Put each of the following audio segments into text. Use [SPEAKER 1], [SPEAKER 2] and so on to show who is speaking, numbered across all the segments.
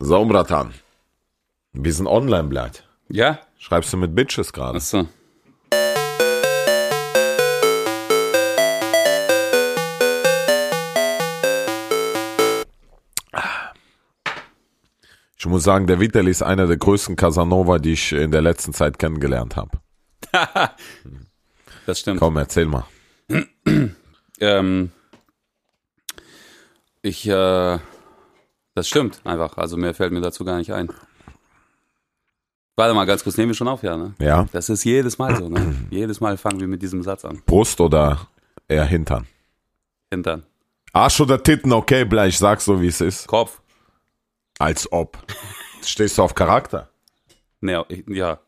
[SPEAKER 1] So, Bratan. Wir sind online, bleibt.
[SPEAKER 2] Ja?
[SPEAKER 1] Schreibst du mit Bitches gerade?
[SPEAKER 2] Achso.
[SPEAKER 1] Ich muss sagen, der Vitali ist einer der größten Casanova, die ich in der letzten Zeit kennengelernt habe.
[SPEAKER 2] Das stimmt.
[SPEAKER 1] Komm, erzähl mal.
[SPEAKER 2] Ähm, ich, äh, das stimmt einfach. Also mehr fällt mir dazu gar nicht ein. Warte mal, ganz kurz, nehmen wir schon auf, ja, ne?
[SPEAKER 1] Ja.
[SPEAKER 2] Das ist jedes Mal so, ne? Jedes Mal fangen wir mit diesem Satz an.
[SPEAKER 1] Brust oder eher Hintern?
[SPEAKER 2] Hintern.
[SPEAKER 1] Arsch oder Titten, okay, bleib, ich sag's so, wie es ist.
[SPEAKER 2] Kopf.
[SPEAKER 1] Als ob. Stehst du auf Charakter?
[SPEAKER 2] Ne, ich- ja.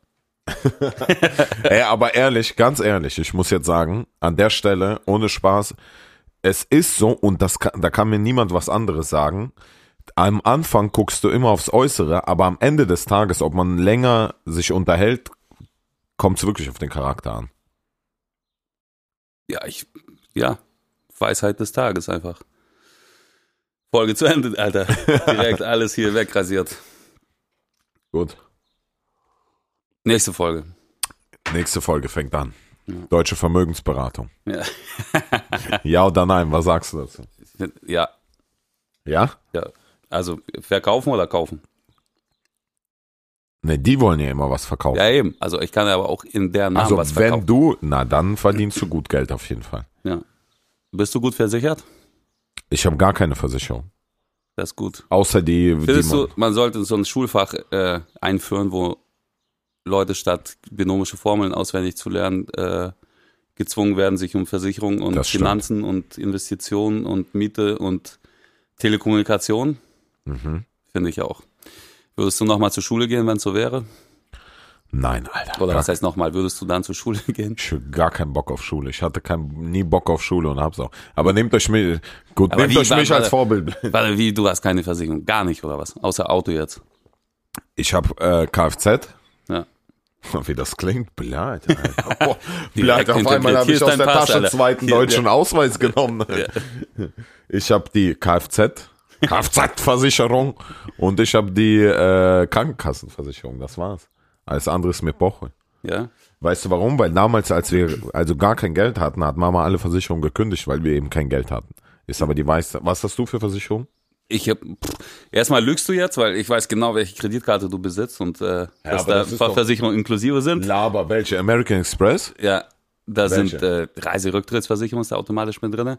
[SPEAKER 1] Ey, aber ehrlich, ganz ehrlich, ich muss jetzt sagen, an der Stelle, ohne Spaß, es ist so, und das kann, da kann mir niemand was anderes sagen. Am Anfang guckst du immer aufs Äußere, aber am Ende des Tages, ob man länger sich unterhält, kommt es wirklich auf den Charakter an.
[SPEAKER 2] Ja, ich, ja. Weisheit des Tages einfach. Folge zu Ende, Alter. Direkt alles hier wegrasiert.
[SPEAKER 1] Gut.
[SPEAKER 2] Nächste Folge.
[SPEAKER 1] Nächste Folge fängt an. Deutsche Vermögensberatung.
[SPEAKER 2] Ja.
[SPEAKER 1] Ja oder nein, was sagst du dazu?
[SPEAKER 2] Ja,
[SPEAKER 1] Ja?
[SPEAKER 2] ja. Also verkaufen oder kaufen?
[SPEAKER 1] Ne, die wollen ja immer was verkaufen.
[SPEAKER 2] Ja, eben. Also ich kann aber auch in deren Namen
[SPEAKER 1] also,
[SPEAKER 2] was
[SPEAKER 1] wenn
[SPEAKER 2] verkaufen.
[SPEAKER 1] du, na, dann verdienst du gut Geld auf jeden Fall.
[SPEAKER 2] ja. Bist du gut versichert?
[SPEAKER 1] Ich habe gar keine Versicherung.
[SPEAKER 2] Das ist gut.
[SPEAKER 1] Außer die, die
[SPEAKER 2] Findest du,
[SPEAKER 1] man,
[SPEAKER 2] man sollte so ein Schulfach äh, einführen, wo Leute statt binomische Formeln auswendig zu lernen, äh, gezwungen werden, sich um Versicherungen und
[SPEAKER 1] Das stimmt.
[SPEAKER 2] Finanzen und Investitionen und Miete und Telekommunikation.
[SPEAKER 1] Mhm.
[SPEAKER 2] Finde ich auch. Würdest du nochmal zur Schule gehen, wenn es so wäre?
[SPEAKER 1] Nein, Alter.
[SPEAKER 2] Oder
[SPEAKER 1] gar,
[SPEAKER 2] was heißt nochmal? Würdest du dann zur Schule gehen?
[SPEAKER 1] ich hab gar keinen Bock auf Schule. Ich hatte kein, nie Bock auf Schule und hab's auch. Aber nehmt euch mich, gut,
[SPEAKER 2] Aber
[SPEAKER 1] nehmt
[SPEAKER 2] wie
[SPEAKER 1] euch
[SPEAKER 2] war-
[SPEAKER 1] mich
[SPEAKER 2] war-
[SPEAKER 1] als Vorbild.
[SPEAKER 2] Warte, wie, du hast keine Versicherung? Gar nicht, oder was? Außer Auto jetzt.
[SPEAKER 1] Ich habe äh, Kfz.
[SPEAKER 2] Ja.
[SPEAKER 1] Wie das klingt, blöd, Alter. Boah, blöd, auf
[SPEAKER 2] interpretiert.
[SPEAKER 1] einmal habe
[SPEAKER 2] Hier
[SPEAKER 1] ich
[SPEAKER 2] ist
[SPEAKER 1] aus
[SPEAKER 2] dein
[SPEAKER 1] der
[SPEAKER 2] Pass,
[SPEAKER 1] Tasche
[SPEAKER 2] Alter.
[SPEAKER 1] zweiten
[SPEAKER 2] Hier,
[SPEAKER 1] deutschen Ausweis genommen. Ich habe die Kfz, Kfz-Versicherung und ich habe die äh, Krankenkassenversicherung. Das war's. Alles andere ist mir Boche.
[SPEAKER 2] Ja?
[SPEAKER 1] Weißt du warum? Weil damals, als wir also gar kein Geld hatten, hat Mama alle Versicherungen gekündigt, weil wir eben kein Geld hatten. Ist aber die Weisheit. Was hast du für Versicherung?
[SPEAKER 2] Ich hab, pff, erstmal lügst du jetzt, weil ich weiß genau, welche Kreditkarte du besitzt und äh,
[SPEAKER 1] aber
[SPEAKER 2] dass da
[SPEAKER 1] das ist
[SPEAKER 2] Fahrversicherungen inklusive sind.
[SPEAKER 1] Laber, welche? American Express?
[SPEAKER 2] Ja, da
[SPEAKER 1] Welche?
[SPEAKER 2] sind äh, Reiserücktrittsversicherung ist da automatisch mit drin.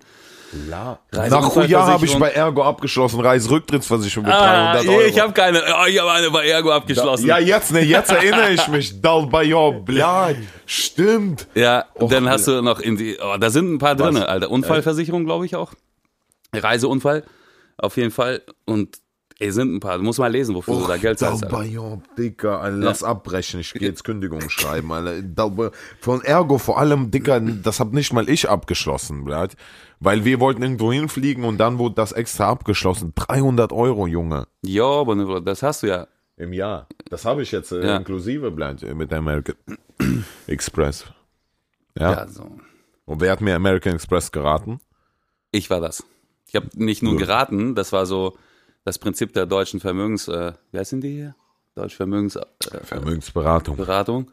[SPEAKER 1] La Nach
[SPEAKER 2] Reiseunfallversicherung. Ah,
[SPEAKER 1] Huja habe ich bei Ergo abgeschlossen, Reiserücktrittsversicherung mit 300 Euro.
[SPEAKER 2] ich habe keine. Oh, ich habe eine bei Ergo abgeschlossen.
[SPEAKER 1] ja, jetzt, ne, jetzt erinnere ich mich. Dalbayor, bla, stimmt.
[SPEAKER 2] Ja,
[SPEAKER 1] Och,
[SPEAKER 2] dann hast du noch in die. Oh, da sind ein paar drin,
[SPEAKER 1] Was?
[SPEAKER 2] Alter. Unfallversicherung, glaube ich auch. Reiseunfall, auf jeden Fall. Und ey, sind ein paar. Du musst mal lesen, wofür du da Geld zahlst. Alter.
[SPEAKER 1] Dalbayor, Dicker, Alter, lass abbrechen. Ich gehe jetzt Kündigung schreiben, Alter. Dalbayor- Von Ergo vor allem, Dicker, das hab nicht mal ich abgeschlossen, bleibt. Weil wir wollten irgendwo hinfliegen und dann wurde das extra abgeschlossen. 300 Euro, Junge.
[SPEAKER 2] Jo, aber ne, das hast du ja.
[SPEAKER 1] Im Jahr. Das habe ich jetzt äh,
[SPEAKER 2] Ja.
[SPEAKER 1] inklusive bleibt mit der American Express. Ja.
[SPEAKER 2] ja so.
[SPEAKER 1] Und wer hat mir American Express geraten?
[SPEAKER 2] Ich war das. Ich habe nicht nur geraten, das war so das Prinzip der deutschen Vermögens. Äh, wer sind die hier? Deutsche Vermögensberatung.
[SPEAKER 1] Vermögensberatung.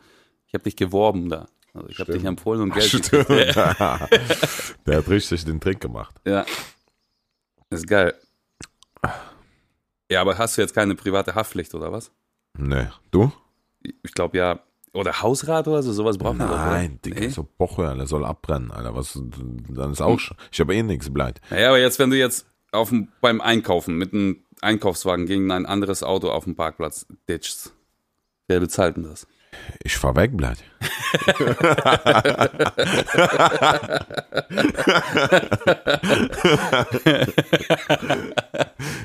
[SPEAKER 2] ich habe dich geworben da. Also ich habe dich empfohlen und Geld.
[SPEAKER 1] Stimmt. Der hat richtig den Trick gemacht.
[SPEAKER 2] Ja. Ist geil. Ja, aber hast du jetzt keine private Haftpflicht oder was?
[SPEAKER 1] Nee. Du?
[SPEAKER 2] Ich glaube ja. Oder Hausrat oder so, sowas braucht man doch.
[SPEAKER 1] Nein,
[SPEAKER 2] oder?
[SPEAKER 1] Digga,
[SPEAKER 2] Nee? Hm.
[SPEAKER 1] so Boche, Alter, soll abbrennen, Alter. Was, dann ist auch schon. Ich habe eh nichts bleibt.
[SPEAKER 2] Naja, aber jetzt, wenn du jetzt auf dem, beim Einkaufen mit einem Einkaufswagen gegen ein anderes Auto auf dem Parkplatz ditchst, wer bezahlt denn das?
[SPEAKER 1] Ich fahr weg, bleibt.
[SPEAKER 2] Ja,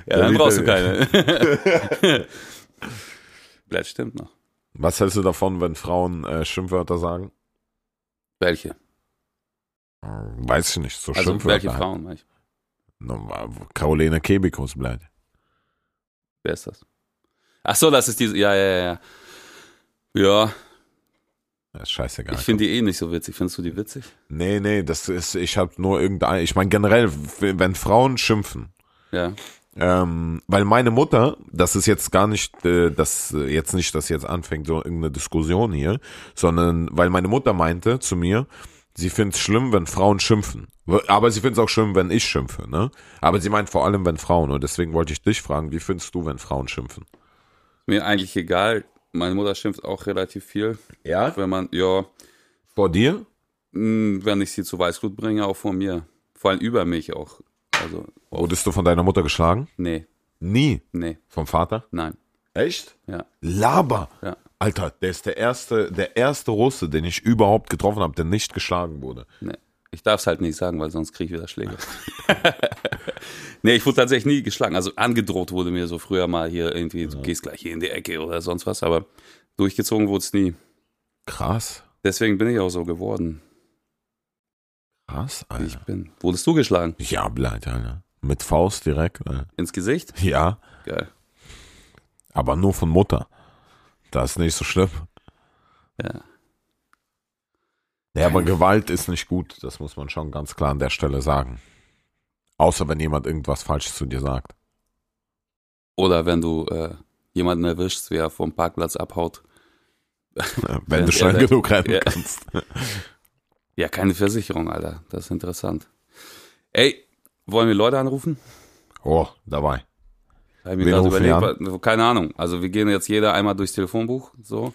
[SPEAKER 2] dann brauchst du keine. Vielleicht stimmt noch.
[SPEAKER 1] Was hältst du davon, wenn Frauen äh, Schimpfwörter sagen?
[SPEAKER 2] Welche?
[SPEAKER 1] Weiß ich nicht, so
[SPEAKER 2] Also welche
[SPEAKER 1] Schimpfwörter. halt.
[SPEAKER 2] Frauen? Ich-
[SPEAKER 1] Na, Caroline Kebikus bleibt.
[SPEAKER 2] Wer ist das? Ach so, das ist diese. Ja, ja, ja, ja. Ja,
[SPEAKER 1] Das ist scheißegal.
[SPEAKER 2] ich finde die eh nicht so witzig. Findest du die witzig?
[SPEAKER 1] nee, nee, das ist, ich habe nur irgendein, ich meine generell, wenn Frauen schimpfen,
[SPEAKER 2] Ja.
[SPEAKER 1] Ähm, weil meine Mutter, das ist jetzt gar nicht, äh, das äh, jetzt nicht, dass jetzt anfängt so irgendeine Diskussion hier, sondern weil meine Mutter meinte zu mir, sie findet es schlimm, wenn Frauen schimpfen. W- Aber sie findet es auch schlimm, wenn ich schimpfe, ne? Aber sie meint vor allem, wenn Frauen. Und deswegen wollte ich dich fragen, wie findest du, wenn Frauen schimpfen?
[SPEAKER 2] Mir eigentlich egal. Meine Mutter schimpft auch relativ viel.
[SPEAKER 1] Ja.
[SPEAKER 2] Wenn man, ja,
[SPEAKER 1] Vor dir?
[SPEAKER 2] mh, wenn ich sie zu Weißglut bringe, auch von mir. Vor allem über mich auch. Also,
[SPEAKER 1] Wurdest du von deiner Mutter geschlagen?
[SPEAKER 2] nee,
[SPEAKER 1] Nie.
[SPEAKER 2] nee,
[SPEAKER 1] Vom Vater?
[SPEAKER 2] nein.
[SPEAKER 1] Echt?
[SPEAKER 2] Ja,
[SPEAKER 1] Laber.
[SPEAKER 2] ja.
[SPEAKER 1] Alter, der ist der erste, der erste Russe, den ich überhaupt getroffen habe, der nicht geschlagen wurde.
[SPEAKER 2] Nee. Ich darf es halt nicht sagen, weil sonst kriege ich wieder Schläge. nee, ich wurde tatsächlich nie geschlagen. Also angedroht wurde mir so früher mal hier irgendwie, du gehst gleich hier in die Ecke oder sonst was, aber durchgezogen wurde es nie.
[SPEAKER 1] Krass.
[SPEAKER 2] Deswegen bin ich auch so geworden,
[SPEAKER 1] Krass,
[SPEAKER 2] wie ich
[SPEAKER 1] Alter.
[SPEAKER 2] bin. Wurdest du geschlagen?
[SPEAKER 1] Ja, blöd, Alter. ne? Mit Faust direkt. Alter.
[SPEAKER 2] Ins Gesicht?
[SPEAKER 1] Ja,
[SPEAKER 2] Geil.
[SPEAKER 1] aber nur von Mutter. Das ist nicht so schlimm.
[SPEAKER 2] Ja.
[SPEAKER 1] Ja, aber Gewalt ist nicht gut. Das muss man schon ganz klar an der Stelle sagen. Außer wenn jemand irgendwas Falsches zu dir sagt.
[SPEAKER 2] Oder wenn du äh, jemanden erwischst, wer vom Parkplatz abhaut.
[SPEAKER 1] Wenn du
[SPEAKER 2] Ja,
[SPEAKER 1] schnell
[SPEAKER 2] ja,
[SPEAKER 1] genug rennen
[SPEAKER 2] ja.
[SPEAKER 1] kannst.
[SPEAKER 2] Ja, keine Versicherung, Alter. Das ist interessant. Ey, wollen wir Leute anrufen?
[SPEAKER 1] Oh, dabei.
[SPEAKER 2] Hab ich
[SPEAKER 1] Wen
[SPEAKER 2] mir gerade
[SPEAKER 1] rufen wir
[SPEAKER 2] überlegt, wa- keine Ahnung. Also wir gehen jetzt jeder einmal durchs Telefonbuch, so,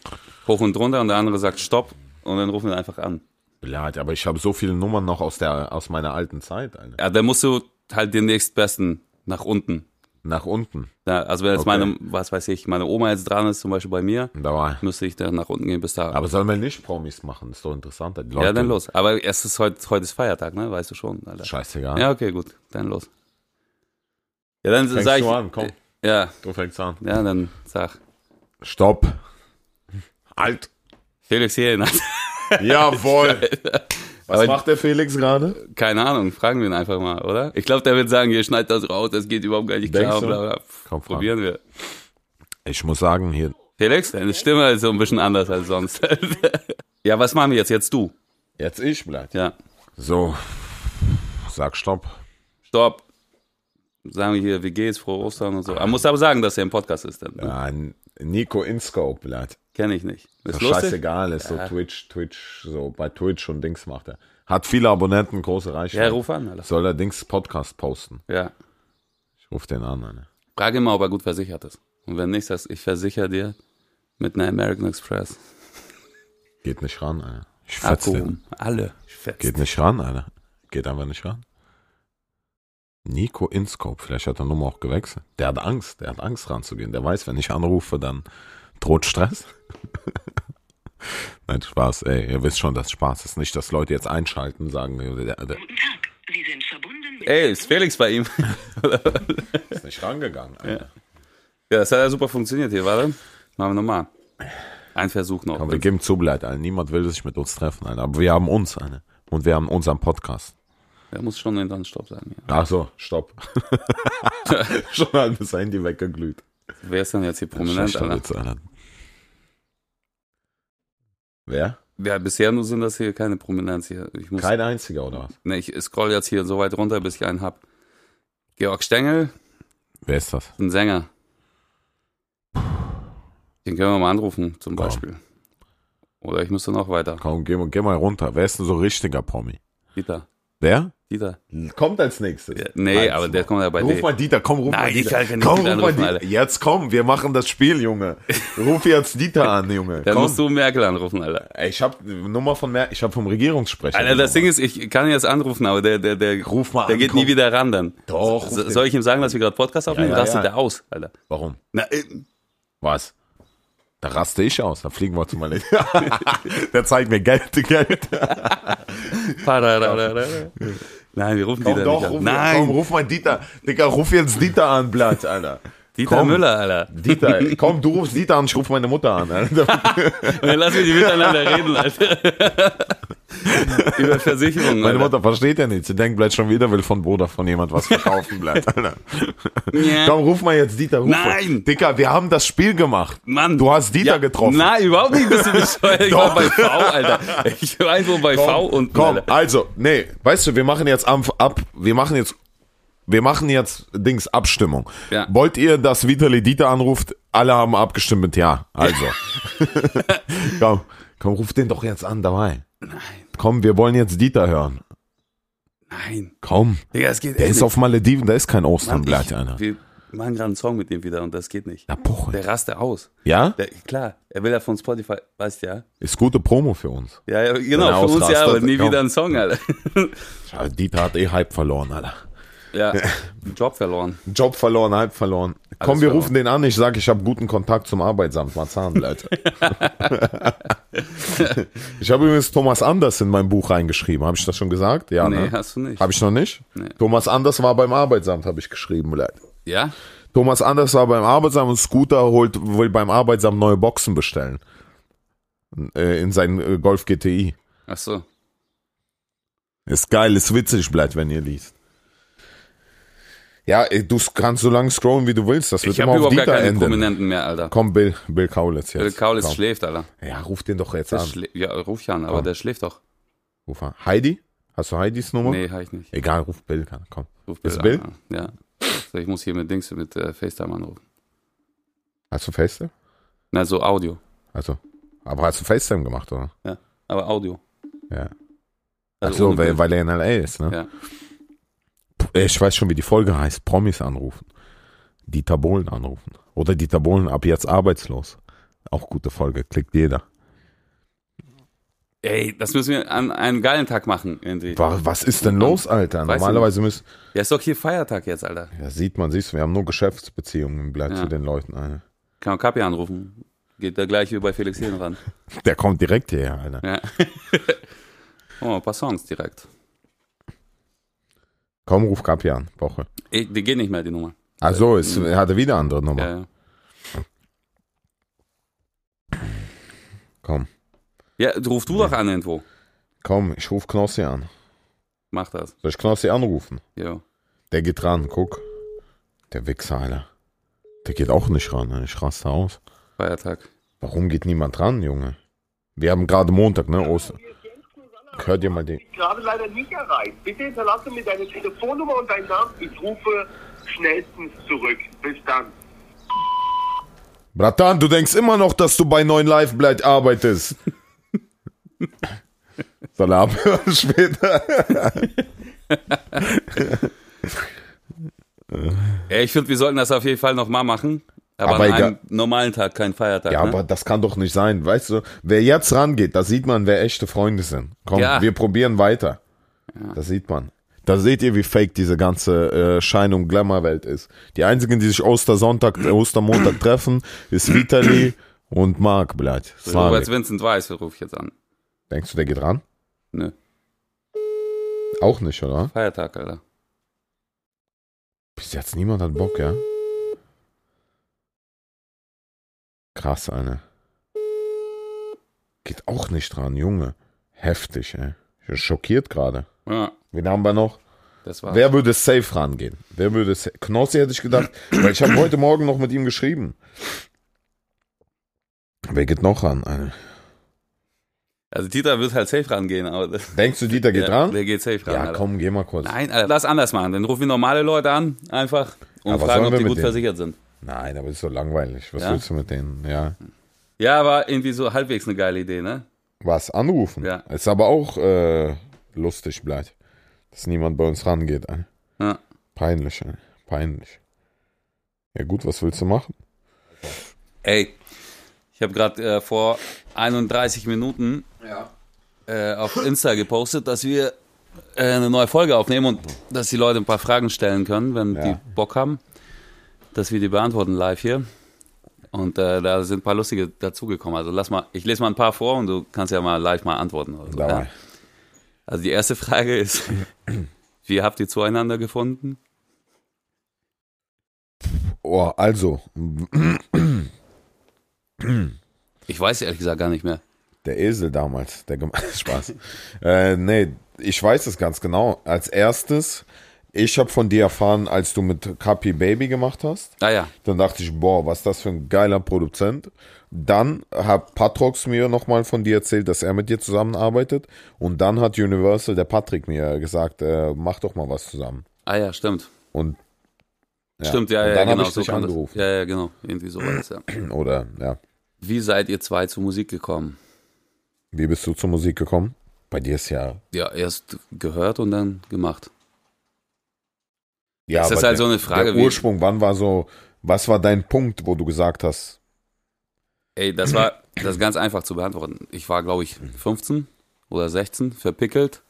[SPEAKER 2] hoch und runter und der andere sagt Stopp und dann rufen wir einfach an.
[SPEAKER 1] Blöd, aber ich habe so viele Nummern noch aus, der, aus meiner alten Zeit, Alter.
[SPEAKER 2] Ja, dann musst du halt den nächstbesten nach unten.
[SPEAKER 1] Nach unten.
[SPEAKER 2] Ja, also wenn jetzt
[SPEAKER 1] Okay.
[SPEAKER 2] meine, was weiß ich, meine Oma jetzt dran ist, zum Beispiel bei mir,
[SPEAKER 1] Dabei.
[SPEAKER 2] müsste ich dann nach unten gehen bis da.
[SPEAKER 1] Aber sollen wir nicht Promis machen? Ist doch interessanter. Die
[SPEAKER 2] ja,
[SPEAKER 1] Leute-
[SPEAKER 2] dann los. Aber es ist heute, heute ist Feiertag, ne? Weißt du schon, Alter.
[SPEAKER 1] Scheißegal.
[SPEAKER 2] Ja, okay, gut. Dann los. Ja, dann
[SPEAKER 1] Fängst
[SPEAKER 2] sag ich.
[SPEAKER 1] du an, komm.
[SPEAKER 2] Ja,
[SPEAKER 1] Du fängst an.
[SPEAKER 2] ja, dann sag.
[SPEAKER 1] Stopp. Alt.
[SPEAKER 2] Felix Jähn,
[SPEAKER 1] Jawohl. Was
[SPEAKER 2] Aber-
[SPEAKER 1] macht der Felix gerade?
[SPEAKER 2] Keine Ahnung, fragen wir ihn einfach mal, oder? Ich glaube, der wird sagen, hier schneid das raus, das geht überhaupt gar nicht
[SPEAKER 1] Denkst
[SPEAKER 2] klar.
[SPEAKER 1] du?
[SPEAKER 2] Bla bla.
[SPEAKER 1] Komm, frag.
[SPEAKER 2] Probieren wir.
[SPEAKER 1] Ich muss sagen, hier.
[SPEAKER 2] Felix, deine Stimme ist so ein bisschen anders als sonst. ja, was machen wir jetzt? Jetzt du.
[SPEAKER 1] Jetzt ich bleibt.
[SPEAKER 2] Ja.
[SPEAKER 1] So. Sag Stopp.
[SPEAKER 2] Stopp. Sagen wir hier, wie geht's, frohe Ostern und so. Man muss aber sagen, dass er im Podcast ist. Dann.
[SPEAKER 1] Ja, N- Nico Inscope bleibt.
[SPEAKER 2] Kenn ich nicht. Ist
[SPEAKER 1] Ist
[SPEAKER 2] lustig?
[SPEAKER 1] scheißegal, ist so Twitch, Twitch, so bei Twitch und Dings macht er. Hat viele Abonnenten, große
[SPEAKER 2] Ja,
[SPEAKER 1] Reichweite.
[SPEAKER 2] ruf an, Alter.
[SPEAKER 1] Soll er Dings Podcast posten?
[SPEAKER 2] Ja.
[SPEAKER 1] Ich ruf den an, Alter.
[SPEAKER 2] Frag ihn mal, ob er gut versichert ist. Und wenn nicht, sagst du, ich versichere dir mit einer American Express.
[SPEAKER 1] Geht nicht ran, Alter. Ich fetz den.
[SPEAKER 2] Akku. Alle. Fetzt.
[SPEAKER 1] Geht nicht ran, Alter. Geht einfach nicht ran. Nico Inscope, vielleicht hat er Nummer auch gewechselt. Der hat Angst, der hat Angst ranzugehen. Der weiß, wenn ich anrufe, dann droht Stress. Nein, Spaß, ey. Ihr wisst schon, dass Spaß ist. Nicht, dass Leute jetzt einschalten, sagen, der, der
[SPEAKER 3] Guten Tag, Sie sind verbunden mit
[SPEAKER 2] Ey, ist Felix bei ihm?
[SPEAKER 1] ist nicht rangegangen. Alter.
[SPEAKER 2] Ja, das hat ja super funktioniert hier, warte. Machen wir nochmal. Ein Versuch noch.
[SPEAKER 1] Aber wir geben zu, Leid, Alter. Niemand will sich mit uns treffen, Alter. Aber wir haben uns, Alter. Und wir haben unseren Podcast.
[SPEAKER 2] Der muss schon den dann Stopp sagen. Ja.
[SPEAKER 1] Ach so, stopp. schon hat das Handy weggeglüht.
[SPEAKER 2] Wer ist denn jetzt hier prominent?
[SPEAKER 1] Schlechter
[SPEAKER 2] Alter?
[SPEAKER 1] Witz, Alter. Wer?
[SPEAKER 2] Ja, bisher nur sind das hier keine Prominenz hier. Ich muss,
[SPEAKER 1] Kein einziger, oder was?
[SPEAKER 2] ne, ich scroll jetzt hier so weit runter, bis ich einen hab. Georg Stengel,
[SPEAKER 1] Wer ist das?
[SPEAKER 2] ein Sänger. Den können wir mal anrufen, zum Beispiel. Oder ich müsste noch weiter.
[SPEAKER 1] Komm, geh, mal- geh mal runter. Wer ist denn so richtiger Promi?
[SPEAKER 2] Dieter.
[SPEAKER 1] Der?
[SPEAKER 2] Dieter.
[SPEAKER 1] Kommt als nächstes.
[SPEAKER 2] Ja, nee,
[SPEAKER 1] Eins,
[SPEAKER 2] aber der
[SPEAKER 1] zwei.
[SPEAKER 2] kommt ja bei
[SPEAKER 1] Ruf
[SPEAKER 2] dir.
[SPEAKER 1] mal Dieter, komm, ruf
[SPEAKER 2] Nein,
[SPEAKER 1] mal
[SPEAKER 2] ich
[SPEAKER 1] Dieter.
[SPEAKER 2] kann keinen
[SPEAKER 1] komm,
[SPEAKER 2] Dieter
[SPEAKER 1] ruf mal
[SPEAKER 2] anrufen,
[SPEAKER 1] Dieter.
[SPEAKER 2] Alter.
[SPEAKER 1] Jetzt komm, wir machen das Spiel, Junge. Ruf jetzt Dieter an, Junge.
[SPEAKER 2] Dann
[SPEAKER 1] komm.
[SPEAKER 2] musst du Merkel anrufen, Alter.
[SPEAKER 1] Ey, ich hab Nummer von mehr, ich hab vom Regierungssprecher.
[SPEAKER 2] Alter, das
[SPEAKER 1] die
[SPEAKER 2] Ding ist, ich kann jetzt anrufen, aber der, der, der,
[SPEAKER 1] Ruf mal
[SPEAKER 2] der
[SPEAKER 1] an,
[SPEAKER 2] geht
[SPEAKER 1] komm.
[SPEAKER 2] nie wieder ran dann.
[SPEAKER 1] Doch, ruf
[SPEAKER 2] So,
[SPEAKER 1] den.
[SPEAKER 2] soll ich ihm sagen, dass wir gerade Podcast aufnehmen?
[SPEAKER 1] ja,
[SPEAKER 2] Rastet
[SPEAKER 1] ja.
[SPEAKER 2] der aus, Alter.
[SPEAKER 1] Nummer. Warum?
[SPEAKER 2] Na, äh,
[SPEAKER 1] Was? Da raste ich aus, da fliegen wir zu Malaysia. der zeigt mir Geld, Geld.
[SPEAKER 2] parararara. Nein, wir rufen
[SPEAKER 1] Komm
[SPEAKER 2] Dieter
[SPEAKER 1] doch,
[SPEAKER 2] nicht
[SPEAKER 1] ruf,
[SPEAKER 2] an.
[SPEAKER 1] Nein.
[SPEAKER 2] Nein,
[SPEAKER 1] Komm, ruf mal Dieter. Digga, ruf jetzt Dieter an, Blatt, Alter.
[SPEAKER 2] Dieter
[SPEAKER 1] komm.
[SPEAKER 2] Müller, Alter.
[SPEAKER 1] Dieter, komm, du rufst Dieter an, ich ruf meine Mutter an. Alter.
[SPEAKER 2] Und dann lassen wir die miteinander reden, Alter. Über Versicherungen,
[SPEAKER 1] Meine
[SPEAKER 2] Alter.
[SPEAKER 1] Mutter versteht ja nicht. Sie denkt, Blatt schon wieder will von Bruder von jemand was verkaufen, Blatt, Alter.
[SPEAKER 2] Ja.
[SPEAKER 1] Komm, ruf mal jetzt Dieter. Ruf
[SPEAKER 2] Nein.
[SPEAKER 1] Mal. Digga, wir haben das Spiel gemacht.
[SPEAKER 2] Mann.
[SPEAKER 1] Du hast Dieter getroffen.
[SPEAKER 2] Nein, überhaupt nicht. Bist du bescheuert? Ich war
[SPEAKER 1] Doch.
[SPEAKER 2] bei V, Alter. Ich war einfach bei V und
[SPEAKER 1] komm,
[SPEAKER 2] Alter.
[SPEAKER 1] also, nee, weißt du, wir machen jetzt ab, ab wir machen jetzt Wir machen jetzt Dings Abstimmung.
[SPEAKER 2] Ja.
[SPEAKER 1] Wollt ihr, dass Vitali Dieter anruft? Alle haben abgestimmt mit Ja. Also. komm, komm, ruf den doch jetzt an dabei.
[SPEAKER 2] Nein,
[SPEAKER 1] Komm, wir wollen jetzt Dieter hören.
[SPEAKER 2] nein.
[SPEAKER 1] Komm.
[SPEAKER 2] Digga, es geht
[SPEAKER 1] Der
[SPEAKER 2] echt
[SPEAKER 1] ist
[SPEAKER 2] nicht.
[SPEAKER 1] auf Malediven, da ist kein
[SPEAKER 2] Mann,
[SPEAKER 1] Osternblatt,
[SPEAKER 2] ich-
[SPEAKER 1] einer.
[SPEAKER 2] Wir machen gerade einen Song mit dem wieder und das geht nicht.
[SPEAKER 1] Na, Poche.
[SPEAKER 2] Der raste aus.
[SPEAKER 1] Ja?
[SPEAKER 2] Der, klar, er will ja von Spotify, weißt ja.
[SPEAKER 1] Ist gute Promo für uns.
[SPEAKER 2] Ja, ja genau,
[SPEAKER 1] Wenn er
[SPEAKER 2] für uns ja,
[SPEAKER 1] ausrastet,
[SPEAKER 2] aber nie
[SPEAKER 1] komm.
[SPEAKER 2] wieder ein Song, Alter.
[SPEAKER 1] Schade, Dieter hat eh Hype verloren, Alter.
[SPEAKER 2] Ja, Job verloren.
[SPEAKER 1] Job verloren, Hype verloren. Komm, wir
[SPEAKER 2] verloren.
[SPEAKER 1] rufen den an. Ich sag, ich habe guten Kontakt zum Arbeitsamt Marzahn-Leute. ich habe übrigens Thomas Anders in mein Buch reingeschrieben. Habe ich das schon gesagt? Ja,
[SPEAKER 2] Nee,
[SPEAKER 1] ne?
[SPEAKER 2] hast du nicht.
[SPEAKER 1] Habe ich noch nicht?
[SPEAKER 2] Nee.
[SPEAKER 1] Thomas Anders war beim Arbeitsamt, habe ich geschrieben, Leute.
[SPEAKER 2] Ja?
[SPEAKER 1] Thomas Anders war beim Arbeitsamt und Scooter holt, will beim Arbeitsamt neue Boxen bestellen. Äh, In seinen äh, Golf GTI.
[SPEAKER 2] Ach so.
[SPEAKER 1] Ist geil, ist witzig, bleibt, wenn ihr liest. Ja, ey, du kannst so lange scrollen, wie du willst. Das wird
[SPEAKER 2] Ich
[SPEAKER 1] immer
[SPEAKER 2] habe
[SPEAKER 1] auf
[SPEAKER 2] überhaupt
[SPEAKER 1] Dieter
[SPEAKER 2] gar keine
[SPEAKER 1] enden.
[SPEAKER 2] Prominenten mehr, Alter.
[SPEAKER 1] Komm, Bill, Bill Kaulitz jetzt.
[SPEAKER 2] Bill Kaulitz
[SPEAKER 1] Komm.
[SPEAKER 2] schläft, Alter.
[SPEAKER 1] Ja, ruf den doch jetzt
[SPEAKER 2] Der
[SPEAKER 1] an.
[SPEAKER 2] schlä ja, ruf ich an, aber
[SPEAKER 1] Komm.
[SPEAKER 2] der schläft doch.
[SPEAKER 1] Ruf an. Heidi? Hast du Heidis Nummer?
[SPEAKER 2] Nee, hab ich nicht.
[SPEAKER 1] Egal, ruf Bill an. Komm.
[SPEAKER 2] Ruf
[SPEAKER 1] Ist
[SPEAKER 2] Bill an. Ja. So, ich muss hier mit Dings, mit äh, FaceTime anrufen.
[SPEAKER 1] Hast du FaceTime?
[SPEAKER 2] Na, so Audio.
[SPEAKER 1] Also, aber hast du FaceTime gemacht, oder?
[SPEAKER 2] Ja, aber Audio.
[SPEAKER 1] Ja. Ach
[SPEAKER 2] Also
[SPEAKER 1] so,
[SPEAKER 2] ohne
[SPEAKER 1] weil,
[SPEAKER 2] Bild.
[SPEAKER 1] weil er in L.A. ist, ne?
[SPEAKER 2] Ja.
[SPEAKER 1] Puh, Ich weiß schon, wie die Folge heißt. Promis anrufen. Dieter Bohlen anrufen. Oder Dieter Bohlen ab jetzt arbeitslos. Auch gute Folge. Klickt jeder.
[SPEAKER 2] Ey, das müssen wir an einem geilen Tag machen, irgendwie.
[SPEAKER 1] Wa- Was ist denn los, Alter?
[SPEAKER 2] Weiß ich
[SPEAKER 1] Normalerweise müssen.
[SPEAKER 2] Ja, ist doch hier Feiertag jetzt, Alter.
[SPEAKER 1] Ja, sieht man, siehst du, wir haben nur Geschäftsbeziehungen bleibt
[SPEAKER 2] Ja.
[SPEAKER 1] zu den Leuten. Alter.
[SPEAKER 2] Kann man Kapi anrufen. Geht da gleich wie bei Felix Hillen ran.
[SPEAKER 1] Der kommt direkt hierher, Alter.
[SPEAKER 2] Ja. oh, ein paar Songs direkt.
[SPEAKER 1] Komm, ruf Kapian, Woche.
[SPEAKER 2] Ey, die geht nicht mehr, die Nummer.
[SPEAKER 1] Also, es hatte wieder andere Nummer.
[SPEAKER 2] Ja, ja.
[SPEAKER 1] Komm,
[SPEAKER 2] ja ruf du doch an irgendwo.
[SPEAKER 1] komm, ich ruf Knossi an.
[SPEAKER 2] Mach das.
[SPEAKER 1] Soll ich Knossi anrufen?
[SPEAKER 2] Jo.
[SPEAKER 1] Der geht ran, guck. Der Wichser, Alter. Der geht auch nicht ran, Alter. ich raste aus.
[SPEAKER 2] Feiertag.
[SPEAKER 1] Warum geht niemand ran, Junge? Wir haben gerade Montag, ne? Ostern. Hört ihr mal den.
[SPEAKER 4] gerade leider nicht erreicht. Bitte hinterlasse mir deine Telefonnummer und deinen Namen. Ich rufe schnellstens zurück. Bis dann.
[SPEAKER 1] Bratan, du denkst immer noch, dass du bei 9 Live bleibt arbeitest. Soll er abhören später?
[SPEAKER 2] Ey, ich finde, wir sollten das auf jeden Fall nochmal machen. Aber,
[SPEAKER 1] Aber
[SPEAKER 2] an
[SPEAKER 1] egal.
[SPEAKER 2] einem normalen Tag, kein Feiertag.
[SPEAKER 1] Ja,
[SPEAKER 2] ne?
[SPEAKER 1] aber das kann doch nicht sein. Weißt du, wer jetzt rangeht, da sieht man, wer echte Freunde sind. Komm,
[SPEAKER 2] Ja.
[SPEAKER 1] wir probieren weiter. Das sieht man. Da seht ihr, wie fake diese ganze äh, Schein- und Glamour-Welt ist. Die einzigen, die sich Ostersonntag, äh, Ostermontag treffen, ist Vitali und Marc, bleibt.
[SPEAKER 2] Robert Vincent Weiss rufe ich jetzt an.
[SPEAKER 1] Denkst du, der geht ran?
[SPEAKER 2] Nö.
[SPEAKER 1] Auch nicht, oder?
[SPEAKER 2] Feiertag, Alter.
[SPEAKER 1] Bis jetzt niemand hat Bock, ja? Krass, Alter. Geht auch nicht ran, Junge. Heftig, ey. Ich bin schockiert gerade.
[SPEAKER 2] Ja,
[SPEAKER 1] Wen haben wir noch?
[SPEAKER 2] das war's.
[SPEAKER 1] Wer würde safe rangehen? Wer würde sa- Knossi hätte ich gedacht, weil ich habe heute Morgen noch mit ihm geschrieben. Wer geht noch ran? Alter?
[SPEAKER 2] Also Dieter wird halt safe rangehen, aber das,
[SPEAKER 1] Denkst du, Dieter geht
[SPEAKER 2] der,
[SPEAKER 1] ran?
[SPEAKER 2] der geht safe ran.
[SPEAKER 1] Ja,
[SPEAKER 2] Alter.
[SPEAKER 1] komm, geh mal kurz.
[SPEAKER 2] Nein, Alter, lass anders machen. Dann rufen wir normale Leute an, einfach und
[SPEAKER 1] Aber was
[SPEAKER 2] fragen,
[SPEAKER 1] sollen
[SPEAKER 2] ob
[SPEAKER 1] wir
[SPEAKER 2] die
[SPEAKER 1] mit
[SPEAKER 2] gut
[SPEAKER 1] denen?
[SPEAKER 2] versichert sind.
[SPEAKER 1] Nein, aber ist so langweilig. Was
[SPEAKER 2] Ja?
[SPEAKER 1] willst du mit denen? Ja.
[SPEAKER 2] Ja, war irgendwie so halbwegs eine geile Idee, ne?
[SPEAKER 1] Was? Anrufen?
[SPEAKER 2] Ja.
[SPEAKER 1] Ist aber auch äh, lustig, bleibt. Dass niemand bei uns rangeht. Alter.
[SPEAKER 2] Ja.
[SPEAKER 1] Peinlich, Alter. peinlich. Ja gut, was willst du machen?
[SPEAKER 2] Ey, ich habe gerade äh, vor 31 Minuten äh, auf Insta gepostet, dass wir äh, eine neue Folge aufnehmen und dass die Leute ein paar Fragen stellen können, wenn
[SPEAKER 1] Ja.
[SPEAKER 2] die Bock haben, dass wir die beantworten live hier. Und äh, da sind ein paar lustige dazugekommen. Also lass mal, ich lese mal ein paar vor und du kannst ja mal live mal antworten. Oder so, ja?
[SPEAKER 1] Dabei.
[SPEAKER 2] Also die erste Frage ist, wie habt ihr zueinander gefunden?
[SPEAKER 1] Oh, also,
[SPEAKER 2] Ich weiß ehrlich gesagt gar nicht mehr.
[SPEAKER 1] Der Esel damals, der Gem Spaß. äh, nee, ich weiß es ganz genau. Als erstes, ich habe von dir erfahren, als du mit Kapi Baby gemacht hast.
[SPEAKER 2] Ah ja,
[SPEAKER 1] Dann dachte ich, boah, was das für ein geiler Produzent. Dann hat Patrox mir nochmal von dir erzählt, dass er mit dir zusammenarbeitet. Und dann hat Universal, der Patrick, mir gesagt, äh, mach doch mal was zusammen.
[SPEAKER 2] ah ja, stimmt.
[SPEAKER 1] und ja.
[SPEAKER 2] Stimmt, ja,
[SPEAKER 1] Und
[SPEAKER 2] ja,
[SPEAKER 1] dann hab
[SPEAKER 2] genau.
[SPEAKER 1] ich dich
[SPEAKER 2] kann das-
[SPEAKER 1] angerufen.
[SPEAKER 2] Ja, ja, genau. Irgendwie so war das, ja.
[SPEAKER 1] oder ja.
[SPEAKER 2] Wie seid ihr zwei zur Musik gekommen?
[SPEAKER 1] Wie bist du zur Musik gekommen? Bei dir ist ja
[SPEAKER 2] Ja, erst gehört und dann gemacht.
[SPEAKER 1] ja.
[SPEAKER 2] Das ist
[SPEAKER 1] aber
[SPEAKER 2] halt
[SPEAKER 1] der,
[SPEAKER 2] so eine Frage,
[SPEAKER 1] Der
[SPEAKER 2] wie-
[SPEAKER 1] Ursprung, wann war so? Was war dein Punkt, wo du gesagt hast?
[SPEAKER 2] Ey, das war das ist ganz einfach zu beantworten. Ich war, glaube ich, 15 oder 16, verpickelt